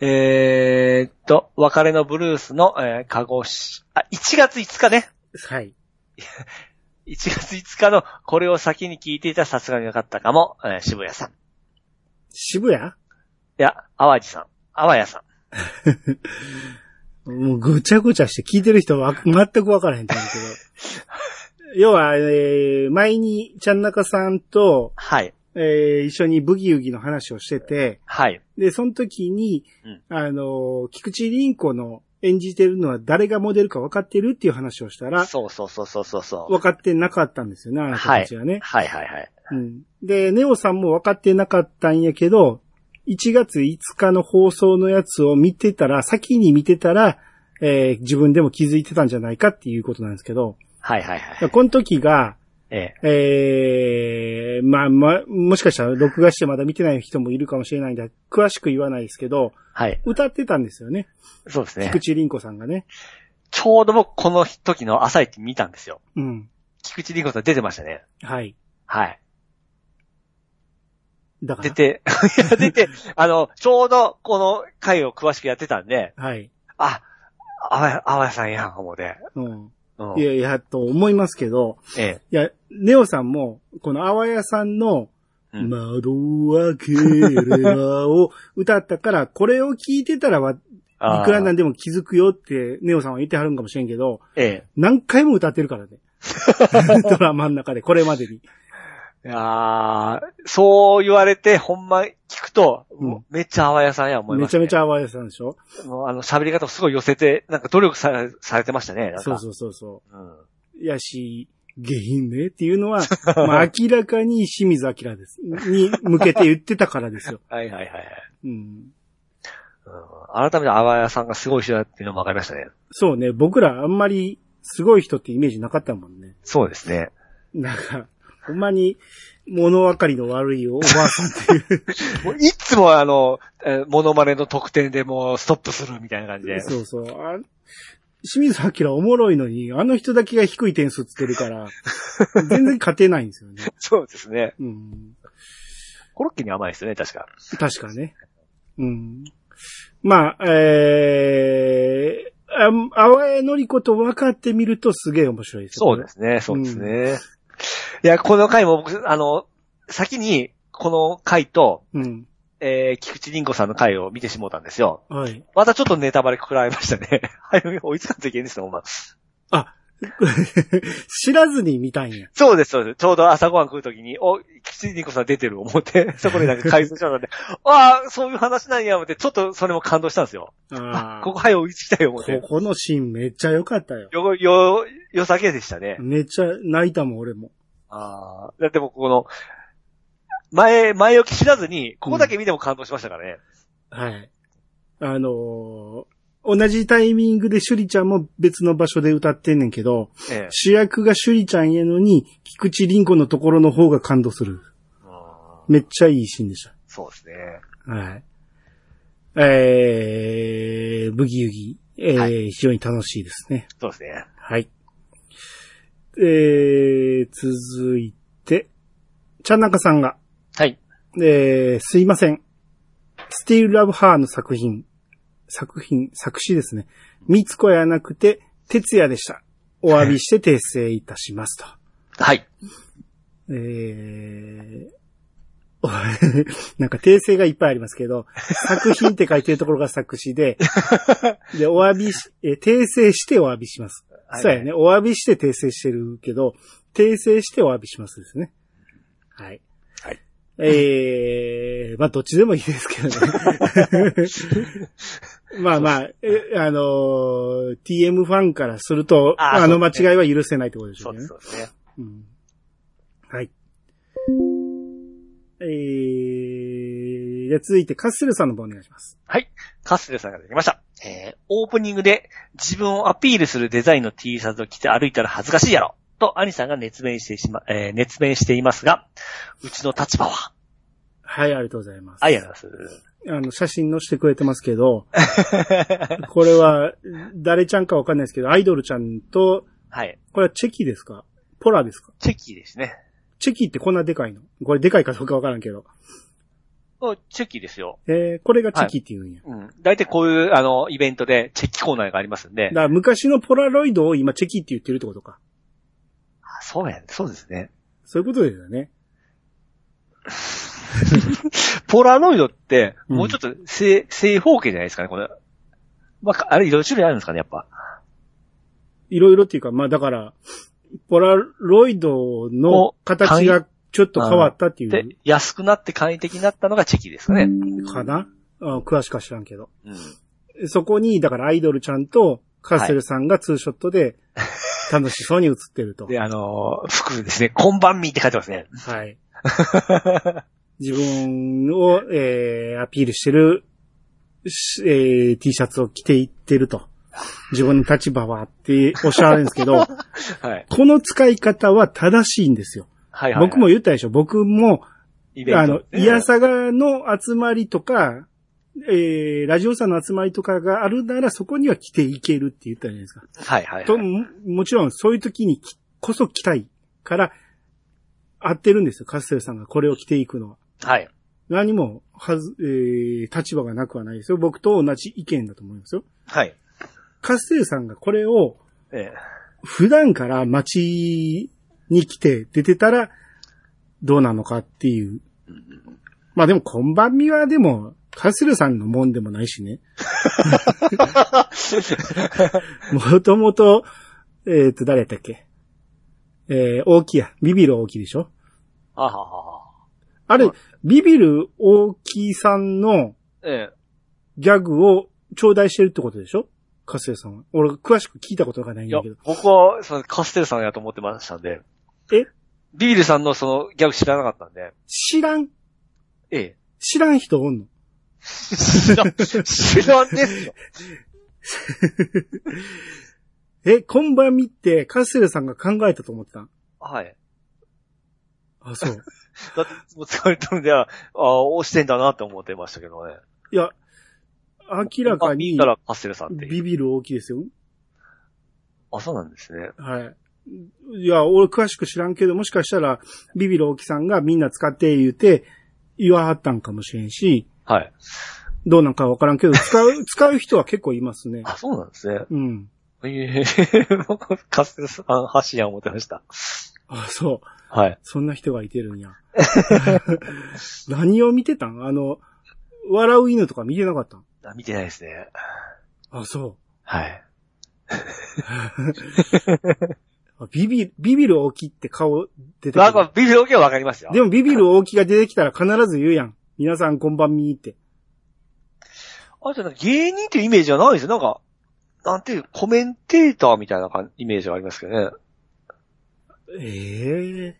[SPEAKER 2] えーっと、別れのブルースの、えー、鹿児島、あ、1月5日ね。
[SPEAKER 1] はい。
[SPEAKER 2] 1月5日のこれを先に聞いていたらさすがに分かったかも。えー渋谷さん。い
[SPEAKER 1] 渋谷
[SPEAKER 2] や、淡路さん。淡谷さん。
[SPEAKER 1] もうぐちゃぐちゃして聞いてる人は全くわからへんと思う けど。要は、えー、前に、ちゃんなかさんと、
[SPEAKER 2] はい。
[SPEAKER 1] えー、一緒にブギウギの話をしてて、
[SPEAKER 2] はい。
[SPEAKER 1] で、その時に、
[SPEAKER 2] うん
[SPEAKER 1] あのー、菊池凛子の演じてるのは誰がモデルか分かってるっていう話をしたら、
[SPEAKER 2] そうそうそうそうそうそう。
[SPEAKER 1] 分かってなかったんですよね、あなたたちはね。
[SPEAKER 2] はいはいはい。
[SPEAKER 1] うん。で、ネオさんも分かってなかったんやけど、1月5日の放送のやつを見てたら、先に見てたら、えー自分でも気づいてたんじゃないかっていうことなんですけど、
[SPEAKER 2] はいはいはい。
[SPEAKER 1] この時が、
[SPEAKER 2] ええ。
[SPEAKER 1] えーまあまあ、もしかしたら録画してまだ見てない人もいるかもしれないんで、詳しく言わないですけど、
[SPEAKER 2] はい。
[SPEAKER 1] 歌ってたんですよね。
[SPEAKER 2] そうですね
[SPEAKER 1] 菊。池凛子さんがね。
[SPEAKER 2] ちょうど僕この時の朝一見たんですよ。
[SPEAKER 1] うん。
[SPEAKER 2] 菊池凛子さん出てましたね。
[SPEAKER 1] はい。
[SPEAKER 2] はい。
[SPEAKER 1] だから。
[SPEAKER 2] 出て、 いや出て、あの、ちょうどこの回を詳しくやってたんで、
[SPEAKER 1] はい。
[SPEAKER 2] あ、あわや、あわやさんやん、思うで。
[SPEAKER 1] うん。
[SPEAKER 2] うん。
[SPEAKER 1] いやいや、と思いますけど、
[SPEAKER 2] ええ。
[SPEAKER 1] いや、ネオさんも、このあわやさんの
[SPEAKER 2] うん
[SPEAKER 1] 窓を開ければを歌ったから、これを聞いてたらわ、い
[SPEAKER 2] あー
[SPEAKER 1] くらなんでも気づくよって、ネオさんは言ってはるんかもしれんけど、
[SPEAKER 2] え
[SPEAKER 1] 何回も歌ってるから ね。ドラマの中で、これまでに。
[SPEAKER 2] え。いやーそう言われて、ほんま聞くと、
[SPEAKER 1] うん
[SPEAKER 2] もうめっちゃ泡屋さんや思い
[SPEAKER 1] め
[SPEAKER 2] ま
[SPEAKER 1] ち
[SPEAKER 2] す、
[SPEAKER 1] ゃ
[SPEAKER 2] ね。
[SPEAKER 1] めちゃ淡いさんでしょ
[SPEAKER 2] ゃ。もうあの、喋り方をすごい寄せて、なんか努力されされてましたね、なんか。。
[SPEAKER 1] そうそうそうそう
[SPEAKER 2] ん。
[SPEAKER 1] う。やし、下品ねっていうの は、まあ明らかに清水明です。に向けて言ってたからですよ。
[SPEAKER 2] はいはいはいはい。
[SPEAKER 1] うん
[SPEAKER 2] うん、改めて泡屋さんがすごい人だっていうのも分かりましたね。
[SPEAKER 1] そうね、僕らあんまりすごい人ってイメージなかったもんね。
[SPEAKER 2] そうですね。
[SPEAKER 1] なんか、ほんまに物分かりの悪いおばあさんっていう。
[SPEAKER 2] もういつもあの、えーモノマネの特典でもうストップするみたいな感じで。
[SPEAKER 1] そうそう。あ清水明おもろいのに、あの人だけが低い点数つける から、全然勝てないんですよね。
[SPEAKER 2] そうですね。
[SPEAKER 1] うん。
[SPEAKER 2] コロッケに甘いですよね、確か。
[SPEAKER 1] 確かね。うん。まあ、えー、あ、あわえのりこと分かってみるとすげえ面白いですよ
[SPEAKER 2] そう
[SPEAKER 1] ね
[SPEAKER 2] で。すね、そうですね。いや、この回も僕、あの、先に、この回と、
[SPEAKER 1] うん。
[SPEAKER 2] えー、菊池凛子さんの回を見てしもうたんですよ。
[SPEAKER 1] はい。
[SPEAKER 2] またちょっとネタバレ食らいましたね。 はい、追いつかんといけんですよ、ほんま。
[SPEAKER 1] あ、知らずに見たんや。
[SPEAKER 2] そうです、そうです。ちょうど朝ごはん食うときに、お、菊池凛子さん出てる思って、 そこでなんか回想しちゃったんで、 ああ、そういう話なんや、思って、ちょっとそれも感動したんですよ。
[SPEAKER 1] あー
[SPEAKER 2] ここ、はい、追いつきたい思って
[SPEAKER 1] こ。このシーンめっちゃ良かったよ。
[SPEAKER 2] よ、よ、良さげでしたね。
[SPEAKER 1] めっちゃ泣いたもん、俺も。
[SPEAKER 2] ああ。だってもうこの、前、前置き知らずに、ここだけ見ても感動しましたからね。
[SPEAKER 1] はい。あのー同じタイミングでシュリちゃんも別の場所で歌ってんねんけど、
[SPEAKER 2] ええ。
[SPEAKER 1] 主役がシュリちゃんやのに、菊池凛子のところの方が感動する。
[SPEAKER 2] うん
[SPEAKER 1] めっちゃいいシーンでし
[SPEAKER 2] そうですね。
[SPEAKER 1] た。はい。えー、ブギウギ、えー
[SPEAKER 2] は
[SPEAKER 1] 非常に楽しいですね。
[SPEAKER 2] そうですね。
[SPEAKER 1] はい。えー、続いて、ちゃんなかさんが、
[SPEAKER 2] はい。
[SPEAKER 1] えー、すいません。スティール・ラブ・ハーの作品、作品、作詞ですね。三つ子やなくて、哲也でした。お詫びして訂正いたしますと。
[SPEAKER 2] はい。
[SPEAKER 1] えー、お なんか訂正がいっぱいありますけど、作品って書いてるところが作詞で、で、お詫びし、えー訂正してお詫びします。そうやね。お詫びして訂正してるけど、訂正してお詫びしますですね。はい。
[SPEAKER 2] はい。
[SPEAKER 1] えー、まあ、どっちでもいいですけどね。 まあまあ、えあのー TM ファンからすると、
[SPEAKER 2] あ
[SPEAKER 1] あ
[SPEAKER 2] ー
[SPEAKER 1] の
[SPEAKER 2] そう
[SPEAKER 1] 間
[SPEAKER 2] ですね
[SPEAKER 1] 違いは許せないってことでし
[SPEAKER 2] そ
[SPEAKER 1] ょう
[SPEAKER 2] う
[SPEAKER 1] ね
[SPEAKER 2] で。す、そうですね。
[SPEAKER 1] うんはい。えー、じゃあ続いてカッセルさんの方お願いします。
[SPEAKER 2] カステルさんができました。えー、オープニングで自分をアピールするデザインの T シャツを着て歩いたら恥ずかしいやろ。と、アニさんが熱弁してしま、えー、熱弁していますが、うちの立場は、
[SPEAKER 1] はい、ありがとうございます。
[SPEAKER 2] ありがとうございます。
[SPEAKER 1] あの、写真載せてくれてますけど、 これは、誰ちゃんかわかんないですけど、アイドルちゃんと、
[SPEAKER 2] はい。
[SPEAKER 1] これはチェキですかポラですか
[SPEAKER 2] チェキですね。
[SPEAKER 1] チェキってこんなでかいのこれでかいかどうかわからんけど。
[SPEAKER 2] おチェキですよ。
[SPEAKER 1] えー、これがチェキっていうんや。
[SPEAKER 2] うん。大体こういう、あの、イベントでチェキコーナーがありますんで
[SPEAKER 1] だ。から昔のポラロイドを今チェキって言ってるってことか。
[SPEAKER 2] あそうやね。そうですね。
[SPEAKER 1] そういうことですよね。
[SPEAKER 2] ポラロイドって、
[SPEAKER 1] うん
[SPEAKER 2] もうちょっと正、正方形じゃないですかね、これ。まあ、あれ、いろいろ種類あるんですかね、やっぱ。
[SPEAKER 1] いろいろっていうか、まあだから、ポラロイドの形がちょっと変わったってい
[SPEAKER 2] で
[SPEAKER 1] う、
[SPEAKER 2] 安くなって簡易的になったのがチェキですかね。
[SPEAKER 1] かなあ詳しくは知らんけど。
[SPEAKER 2] うん。
[SPEAKER 1] そこに、だからアイドルちゃんとカッセルさんがツーショットで楽しそうに映ってると。
[SPEAKER 2] で、あのー服ですね、こんばんみって書いてますね。
[SPEAKER 1] はい。自分を、えー、アピールしてる、しえー、T シャツを着ていってると。自分の立場はっておっしゃるんですけ ど、
[SPEAKER 2] はい。
[SPEAKER 1] この使い方は正しいんですよ。
[SPEAKER 2] はいはい、
[SPEAKER 1] 僕も、言ったでしょ。僕も、
[SPEAKER 2] イベント
[SPEAKER 1] あの、いや、さがの集まりとか、えー、ラジオさんの集まりとかがあるならそこには来ていけるって言ったじゃないですか。
[SPEAKER 2] はいはい、
[SPEAKER 1] と、
[SPEAKER 2] はい。
[SPEAKER 1] ももちろんそういう時にきこそ来たいから、合ってるんですよ。カステルさんがこれを着ていくのは。
[SPEAKER 2] はい。
[SPEAKER 1] 何も、はず、えー、立場がなくはないですよ。僕と同じ意見だと思いますよ。
[SPEAKER 2] はい。
[SPEAKER 1] カステルさんがこれを
[SPEAKER 2] え
[SPEAKER 1] 普段から街に来て出てたらどうなのかっていう
[SPEAKER 2] え
[SPEAKER 1] まあでも、こんばんみはでも、カスルさんのもんでもないしね。もともと、えっ、と、誰だっけえー、大きや。ビビる大きでしょ
[SPEAKER 2] あははは。
[SPEAKER 1] あれ
[SPEAKER 2] はい、
[SPEAKER 1] ビビる大きさんの
[SPEAKER 2] ええ。
[SPEAKER 1] ギャグを頂戴してるってことでしょカスルさんは。俺、詳しく聞いたことがないん
[SPEAKER 2] いや
[SPEAKER 1] だけど。、
[SPEAKER 2] 僕は、そのカステルさんやと思ってましたんで。
[SPEAKER 1] え
[SPEAKER 2] ビビルさんのそのギャグ知らなかったんで。
[SPEAKER 1] 知らん、
[SPEAKER 2] ええ。
[SPEAKER 1] 知らん人おんの
[SPEAKER 2] 知らん、知らんですよ。
[SPEAKER 1] え、こんばんみって、カスルさんが考えたと思ってたん
[SPEAKER 2] はい。
[SPEAKER 1] あ、そう。
[SPEAKER 2] だって、もう疲れてるんで、ああ、押してんだなって思ってましたけどね。
[SPEAKER 1] いや、 明らかに
[SPEAKER 2] 見た、らカステルさんっていう。
[SPEAKER 1] ビビる大きいですよ。
[SPEAKER 2] あ、そうなんですね。
[SPEAKER 1] はい。いや、俺詳しく知らんけど、もしかしたら、ビビる大きさんがみんな使って言うて、言わはったんかもしれんし、
[SPEAKER 2] はい。
[SPEAKER 1] どうなんかわからんけど、使う、 使う人は結構いますね。
[SPEAKER 2] あ、そうなんですね。
[SPEAKER 1] うん。
[SPEAKER 2] ええ 僕、カステルさん、箸や思ってました。
[SPEAKER 1] あ、そう。
[SPEAKER 2] はい。
[SPEAKER 1] そんな人がいてるんや。 何を見てたんあの、笑う犬とか見てなかったん
[SPEAKER 2] あ見てないですね。
[SPEAKER 1] あ、そ
[SPEAKER 2] はい。
[SPEAKER 1] う。あビビ、ビビる大きって顔出てく
[SPEAKER 2] な
[SPEAKER 1] る。
[SPEAKER 2] んか、ビビる大きはわかりますよ。
[SPEAKER 1] でもビビる大きが出てきたら必ず言うやん。皆さんこんばんみーって。
[SPEAKER 2] あ、じゃあなんか芸人っていうイメージはないですよ。なんか、なんていう、コメンテーターみたいな感イメージがありますけどね。
[SPEAKER 1] ええ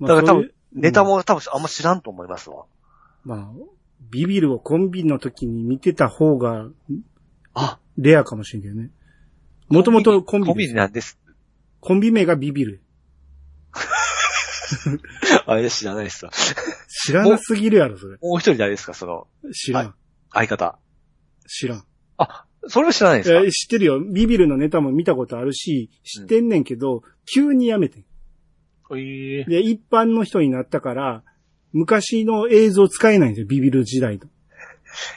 [SPEAKER 2] だから多分、
[SPEAKER 1] そういう
[SPEAKER 2] ネタも多分あんま知らんと思いますわ。
[SPEAKER 1] まあ、ビビるをコンビの時に見てた方が
[SPEAKER 2] あ、
[SPEAKER 1] レアかもしれんけどね。もともとコンビ
[SPEAKER 2] コンビニなんです。
[SPEAKER 1] コンビ名がビビる。
[SPEAKER 2] あれ知らないですわ。
[SPEAKER 1] 知らなすぎるやろ、それ。
[SPEAKER 2] もう一人誰ですか、その、
[SPEAKER 1] 知らん。
[SPEAKER 2] 相方。
[SPEAKER 1] 知らん。
[SPEAKER 2] それも知らないですか
[SPEAKER 1] えー知ってるよ。ビビるのネタも見たことあるし、知ってんねんけど、急にやめてん。
[SPEAKER 2] ええ
[SPEAKER 1] で、一般の人になったから、昔の映像使えないんですよ、ビビる時代の。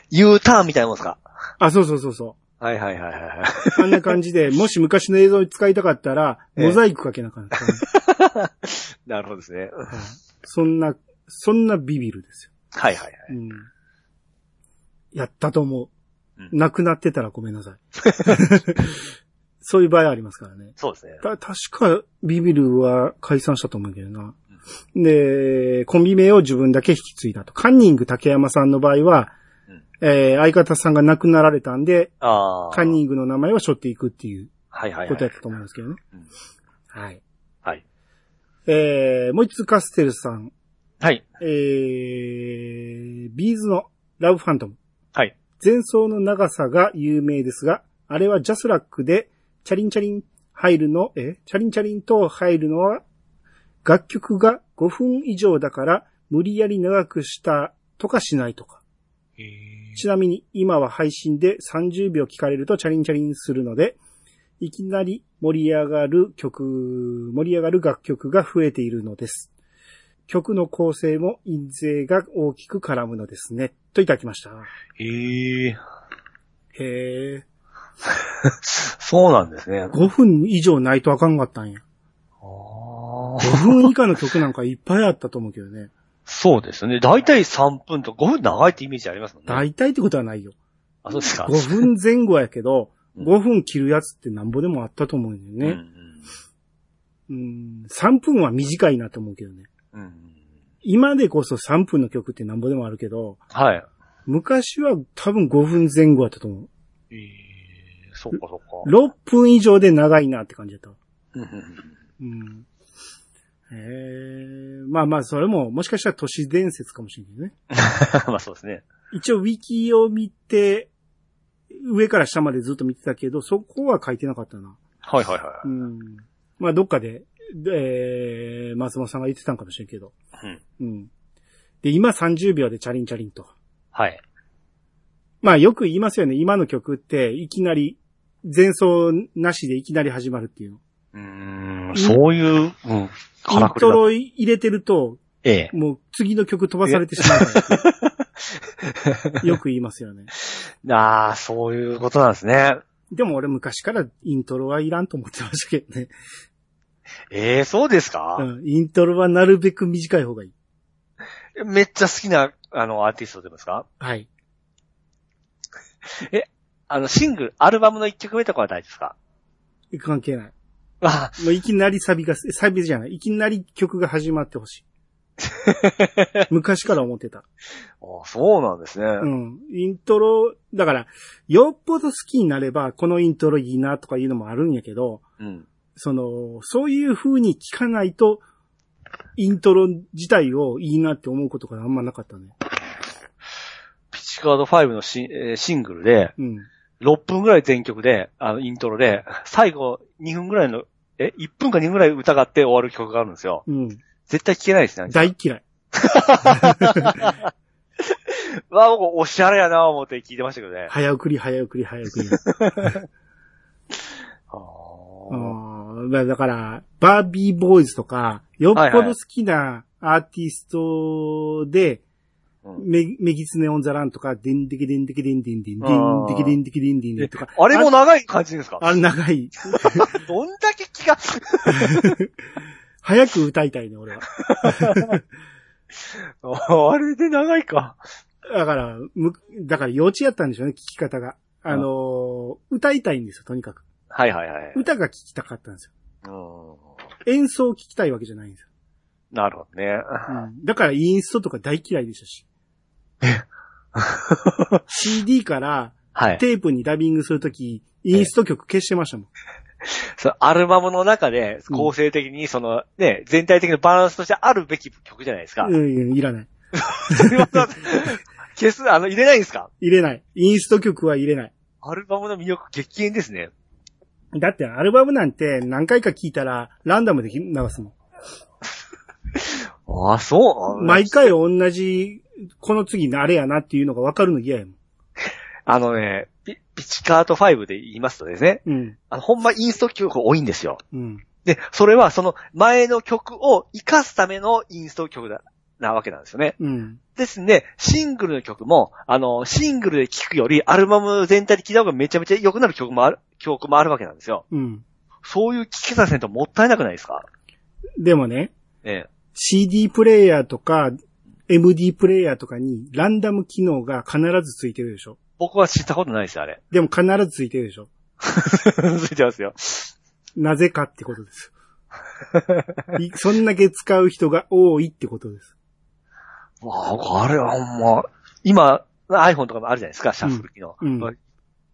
[SPEAKER 2] U ターンみたいなもんですか
[SPEAKER 1] あ、そうそうそうそ
[SPEAKER 2] はいはいはいはい。は
[SPEAKER 1] う。あんな感じ で、もし昔の映像使いたかったら、
[SPEAKER 2] ええ
[SPEAKER 1] モザイクかけなかった。
[SPEAKER 2] い。 なるほどですね。
[SPEAKER 1] そんな、そんなビビるですよ。
[SPEAKER 2] はいはいはい。
[SPEAKER 1] うん。やったと思う。
[SPEAKER 2] うん
[SPEAKER 1] なくなってたらごめんなさい。 そういう場合ありますからね。
[SPEAKER 2] そうですね。
[SPEAKER 1] た、確か、ビビるは解散したと思うけどな。で、コンビ名を自分だけ引き継いだと。カンニング竹山さんの場合は、
[SPEAKER 2] うん
[SPEAKER 1] えー相方さんが亡くなられたんで、
[SPEAKER 2] ああ。
[SPEAKER 1] カンニングの名前を背負っていくっていう
[SPEAKER 2] はいはい
[SPEAKER 1] こと
[SPEAKER 2] は
[SPEAKER 1] や
[SPEAKER 2] い
[SPEAKER 1] っ。たと思うんですけどね
[SPEAKER 2] うん。
[SPEAKER 1] はい。
[SPEAKER 2] はい。
[SPEAKER 1] えー、もう一つカステルさん。
[SPEAKER 2] はい。
[SPEAKER 1] えー、ビーズのラブファントム。
[SPEAKER 2] はい。
[SPEAKER 1] 前奏の長さが有名ですが、あれはジャスラックで、チャリンチャリン入るの、えチャリンチャリンと入るのは、楽曲が5分以上だから、無理やり長くしたとかしないとか。
[SPEAKER 2] ええ
[SPEAKER 1] ちなみに、今は配信で30秒聞かれるとチャリンチャリンするので、いきなり盛り上がる曲、盛り上がる楽曲が増えているのです。曲の構成も印税が大きく絡むのですね。といただきました。
[SPEAKER 2] ええ
[SPEAKER 1] へえ。
[SPEAKER 2] そうなんですね。
[SPEAKER 1] 5分以上ないとあかんかったんや。
[SPEAKER 2] ああ。
[SPEAKER 1] 5分以下の曲なんかいっぱいあったと思うけどね。
[SPEAKER 2] そうですね。だいたい3分と5分長いってイメージありますもんね。
[SPEAKER 1] 大体ってことはないよ。
[SPEAKER 2] あ、そうですか。
[SPEAKER 1] 5分前後やけど、
[SPEAKER 2] うん
[SPEAKER 1] 5分切るやつってなんぼでもあったと思うんだよね。
[SPEAKER 2] うん
[SPEAKER 1] うん、3分は短いなと思うけどね。
[SPEAKER 2] うん。うん。
[SPEAKER 1] 今でこそ3分の曲ってなんぼでもあるけど、
[SPEAKER 2] はい。
[SPEAKER 1] 昔は多分5分前後やったと思う。
[SPEAKER 2] ええそっかそっか。
[SPEAKER 1] 6分以上で長いなって感じだったわ。
[SPEAKER 2] うんうん うん
[SPEAKER 1] うん。えー、まあまあ、それも、もしかしたら都市伝説かもしれないね。
[SPEAKER 2] まあそうですね。
[SPEAKER 1] 一応、ウィキを見て、上から下までずっと見てたけど、そこは書いてなかったな。
[SPEAKER 2] はいはいは
[SPEAKER 1] う
[SPEAKER 2] い。
[SPEAKER 1] ん。まあ、どっかで、えー、松本さんが言ってたんかもしれんけど。
[SPEAKER 2] うん。
[SPEAKER 1] うん。で、今30秒でチャリンチャリンと。
[SPEAKER 2] はい。
[SPEAKER 1] まあよく言いますよね。今の曲って、いきなり、前奏なしでいきなり始まるっていうの。
[SPEAKER 2] うーん、そういう、うん、
[SPEAKER 1] イ
[SPEAKER 2] から
[SPEAKER 1] ン
[SPEAKER 2] く
[SPEAKER 1] ト
[SPEAKER 2] りだ。
[SPEAKER 1] ロ入れてると、
[SPEAKER 2] ええ。
[SPEAKER 1] もう次の曲飛ばされてしまう から。よく言いますよね。
[SPEAKER 2] ああ、そういうことなんですね。
[SPEAKER 1] でも俺昔からイントロはいらんと思ってましたけどね。
[SPEAKER 2] ええそうですか、
[SPEAKER 1] うん、イントロはなるべく短い方がいい。
[SPEAKER 2] めっちゃ好きなあの、アーティストでですか
[SPEAKER 1] はい。
[SPEAKER 2] あの、シングル、アルバムの一曲目とかは大丈夫ですか
[SPEAKER 1] 関係ない。
[SPEAKER 2] あ
[SPEAKER 1] もういきなりサビが、サビじゃない。いきなり曲が始まってほし い。昔から思ってた。
[SPEAKER 2] あ、そうなんですね。
[SPEAKER 1] うん。イントロ、だから、よっぽど好きになれば、このイントロいいなとかいうのもあるんやけど、
[SPEAKER 2] うん。
[SPEAKER 1] その、そういう風に聞かないと、イントロ自体をいいなって思うことがあんまなかったね。
[SPEAKER 2] ピチカード5のシ,、えーシングルで、
[SPEAKER 1] うん。
[SPEAKER 2] 6分ぐらい全曲で、あの、イントロで、最後2分ぐらいの、え、1分か2分ぐらい疑って終わる曲があるんですよ。
[SPEAKER 1] うん。
[SPEAKER 2] 絶対聴けないですね。
[SPEAKER 1] 大嫌い。
[SPEAKER 2] うわあ、僕、おしゃれやな思って聞いてましたけどね。
[SPEAKER 1] 早送り、早送り、早送り。
[SPEAKER 2] あー
[SPEAKER 1] うんだだから、バービーボーイズとか、よっぽど好きなアーティストで、
[SPEAKER 2] うん
[SPEAKER 1] メメギツネオンザランとか、デンデケデンデケデンデンデンデン
[SPEAKER 2] あー
[SPEAKER 1] デケデンデケデンデンデンとか。
[SPEAKER 2] あれも長い感じですか
[SPEAKER 1] あれ長い。
[SPEAKER 2] どんだけ気が、
[SPEAKER 1] 早く歌いたいね、俺は。
[SPEAKER 2] あれで長いか。
[SPEAKER 1] だから、む、だから幼稚やったんでしょうね、聞き方が。あのー歌いたいんですよ、とにかく。
[SPEAKER 2] はいはいはい。
[SPEAKER 1] 歌が聞きたかったんですよ。
[SPEAKER 2] うん
[SPEAKER 1] 演奏を聞きたいわけじゃないんですよ。
[SPEAKER 2] なるほどね。
[SPEAKER 1] うん、だからインストとか大嫌いでしたし。CD から
[SPEAKER 2] はい。
[SPEAKER 1] テープにダビングするとき、インスト曲消してましたもん。
[SPEAKER 2] そのアルバムの中で
[SPEAKER 1] うん
[SPEAKER 2] 構成的にその、ね、全体的なバランスとしてあるべき曲じゃないですか。
[SPEAKER 1] うん、うんいらない。
[SPEAKER 2] それわざわざ消す、あの、入れないんですか
[SPEAKER 1] 入れない。インスト曲は入れない。
[SPEAKER 2] アルバムの魅力激減ですね。
[SPEAKER 1] だってアルバムなんて何回か聞いたらランダムで流すも
[SPEAKER 2] ああ、そ
[SPEAKER 1] ん。毎回同じ、この次のあれやなっていうのが分かるの嫌やもん。
[SPEAKER 2] あのね、ピピチカート5で言いますとですね、
[SPEAKER 1] うん。
[SPEAKER 2] あの、ほんまインスト曲多いんですよ。
[SPEAKER 1] うん。
[SPEAKER 2] で、それはその前の曲を活かすためのインスト曲だ、なわけなんですよね。
[SPEAKER 1] うん。
[SPEAKER 2] ですんで、シングルの曲も、あの、シングルで聴くより、アルバム全体で聴いた方がめちゃめちゃ良くなる曲もある、曲もあるわけなんですよ。
[SPEAKER 1] うん。
[SPEAKER 2] そういう聴き方せんともったいなくないですか
[SPEAKER 1] でもね、
[SPEAKER 2] ええ。
[SPEAKER 1] CD プレイヤーとか、MD プレイヤーとかにランダム機能が必ずついてるでしょ。
[SPEAKER 2] 僕は知ったことないですよ、あれ。
[SPEAKER 1] でも必ずついてるでしょ。
[SPEAKER 2] ついてますよ。
[SPEAKER 1] なぜかってことです。い そんだけ使う人が多いってことです。
[SPEAKER 2] わあ、あれはほんま、今、iPhone とかもあるじゃないですか、シャッフル機能。
[SPEAKER 1] うんうん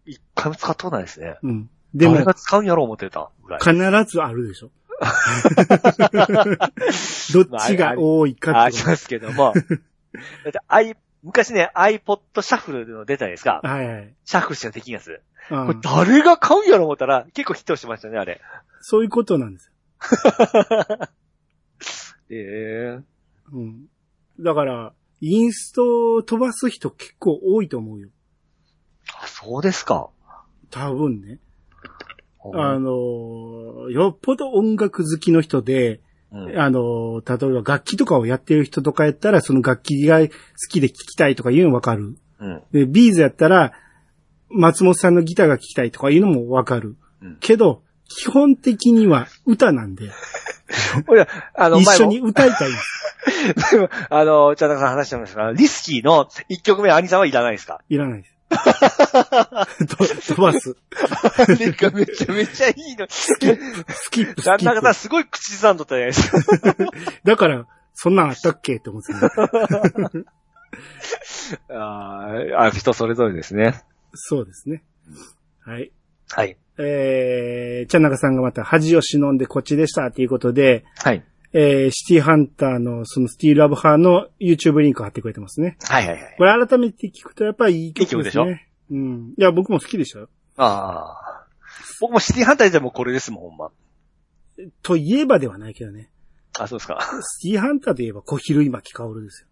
[SPEAKER 2] 一回も使ったことないですね。
[SPEAKER 1] うん。で
[SPEAKER 2] でも。
[SPEAKER 1] も
[SPEAKER 2] 誰、が使うんやろう思ってたぐらい。
[SPEAKER 1] 必ずあるでしょ。 どっちが多い
[SPEAKER 2] あ
[SPEAKER 1] かっ
[SPEAKER 2] あ
[SPEAKER 1] て
[SPEAKER 2] り
[SPEAKER 1] こ
[SPEAKER 2] ますけども。だって、i、昔ね、iPod シャッフルの出たじゃないですか
[SPEAKER 1] と。。はいはい。
[SPEAKER 2] シャッフルしかできんやつ。
[SPEAKER 1] うん
[SPEAKER 2] これ誰が買うんやろ思ったら、結構ヒットしてましたね、あれ。
[SPEAKER 1] そういうことなんですよ。
[SPEAKER 2] ええ
[SPEAKER 1] うん。だから、インストを飛ばす人結構多いと思うよ。
[SPEAKER 2] あ、そうですか。
[SPEAKER 1] 多分ね。あ
[SPEAKER 2] う
[SPEAKER 1] のーよっぽど音楽好きの人で、
[SPEAKER 2] ん、
[SPEAKER 1] あのー例えば楽器とかをやってる人とかやったら、その楽器が好きで聴きたいとかいうのわかる。
[SPEAKER 2] うん。
[SPEAKER 1] で、ビーズやったら、松本さんのギターが聴きたいとかいうのもわかる。
[SPEAKER 2] うん
[SPEAKER 1] けど、基本的には歌なんで、
[SPEAKER 2] これあの、
[SPEAKER 1] 一緒
[SPEAKER 2] 前も
[SPEAKER 1] に、歌いたいんです。
[SPEAKER 2] 前も あの、ちゃんたかさん話してましたが、リスキーの一曲目、アニさんはいらないです か
[SPEAKER 1] いらないです。と飛ばす。
[SPEAKER 2] あれがめちゃめちゃいいの。
[SPEAKER 1] スキップ、スキ
[SPEAKER 2] ちゃんた
[SPEAKER 1] ッ
[SPEAKER 2] かさん
[SPEAKER 1] プ。
[SPEAKER 2] すごい口ずさんとったじゃないですか。
[SPEAKER 1] だから、そんなんあったっけって思ってた。
[SPEAKER 2] あーあ、人それぞれですね。
[SPEAKER 1] そうですね。はい。
[SPEAKER 2] はい。
[SPEAKER 1] えー、ちゃんなかさんがまた恥を忍んでこっちでしたということで、
[SPEAKER 2] はい。
[SPEAKER 1] えー、シティハンターのそのスティールアブハーの YouTube リンクを貼ってくれてますね。
[SPEAKER 2] はいはいはい。
[SPEAKER 1] これ改めて聞くとやっぱりいい曲です
[SPEAKER 2] いい曲で
[SPEAKER 1] ね。うん。いや、僕も好きでしたよ。
[SPEAKER 2] ああ。僕もシティ反対でもこれですもん、ほんま。
[SPEAKER 1] といえばではないけどね。
[SPEAKER 2] あ、そうですか。
[SPEAKER 1] スティーハンターといえば小昼今木薫です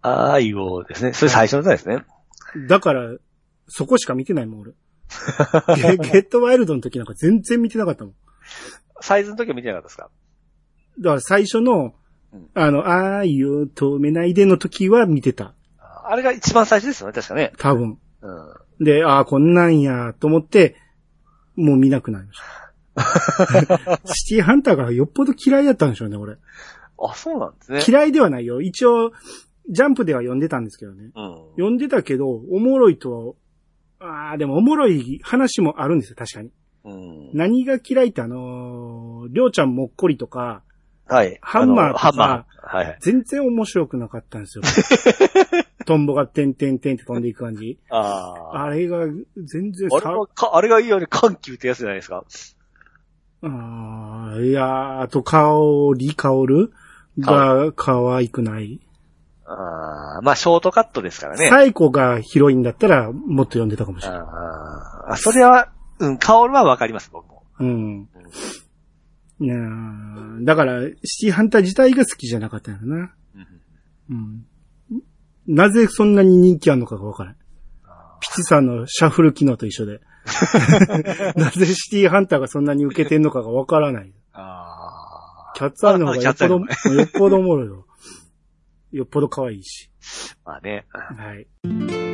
[SPEAKER 2] ああ、いおですね。それ最初の歌ですね。
[SPEAKER 1] よ。だから、そこしか見てないもん、 俺。ゲゲットワイルドの時なんか全然見てなかったもん。
[SPEAKER 2] サイズの時は見てなかったですか
[SPEAKER 1] だから最初の
[SPEAKER 2] うん、
[SPEAKER 1] あの、愛を止めないでの時は見てた。
[SPEAKER 2] あれが一番最初ですよね、確かね。
[SPEAKER 1] 多分。
[SPEAKER 2] うん。
[SPEAKER 1] で、ああ、こんなんや、と思って、もう見なくなりました。 シティハンターがよっぽど嫌いだったんでしょうね、俺。
[SPEAKER 2] あ、そうなんですね。
[SPEAKER 1] 嫌いではないよ。一応、ジャンプでは読んでたんですけどね。
[SPEAKER 2] うん。
[SPEAKER 1] 読んでたけど、おもろいとは、ああ、でもおもろい話もあるんですよ、確かに。
[SPEAKER 2] うん。
[SPEAKER 1] 何が嫌いってあのーりょうちゃんもっこりとか、
[SPEAKER 2] はい。
[SPEAKER 1] ハンマーと
[SPEAKER 2] あの
[SPEAKER 1] か
[SPEAKER 2] ハンマー。はいはい。
[SPEAKER 1] 全然面白くなかったん ですよ。トンボがてんてんてんって飛んでいく感じ。
[SPEAKER 2] ああ。
[SPEAKER 1] あれが全然
[SPEAKER 2] あれはか、あれがいいように緩急ってやつじゃないですか。
[SPEAKER 1] ああ、いやー、あと、香り、香るが可愛くない。
[SPEAKER 2] ああ、まあ、ショートカットですからね。
[SPEAKER 1] サイコがヒロインだったら、もっと読んでたかもしれない。
[SPEAKER 2] あーあ、それは、うん、カオルはわかります、僕も。
[SPEAKER 1] うん。いやーだから、シティハンター自体が好きじゃなかったんだな。
[SPEAKER 2] うん
[SPEAKER 1] うん。なぜそんなに人気あるのかがわからない。ピチさんのシャッフル機能と一緒 で。なぜシティハンターがそんなに受けてんのかがわからない。
[SPEAKER 2] あ
[SPEAKER 1] キャッツアイの方がよっぽど、よっぽどおもろいよ。よっぽど可愛いし。
[SPEAKER 2] あ、まあね。
[SPEAKER 1] はい。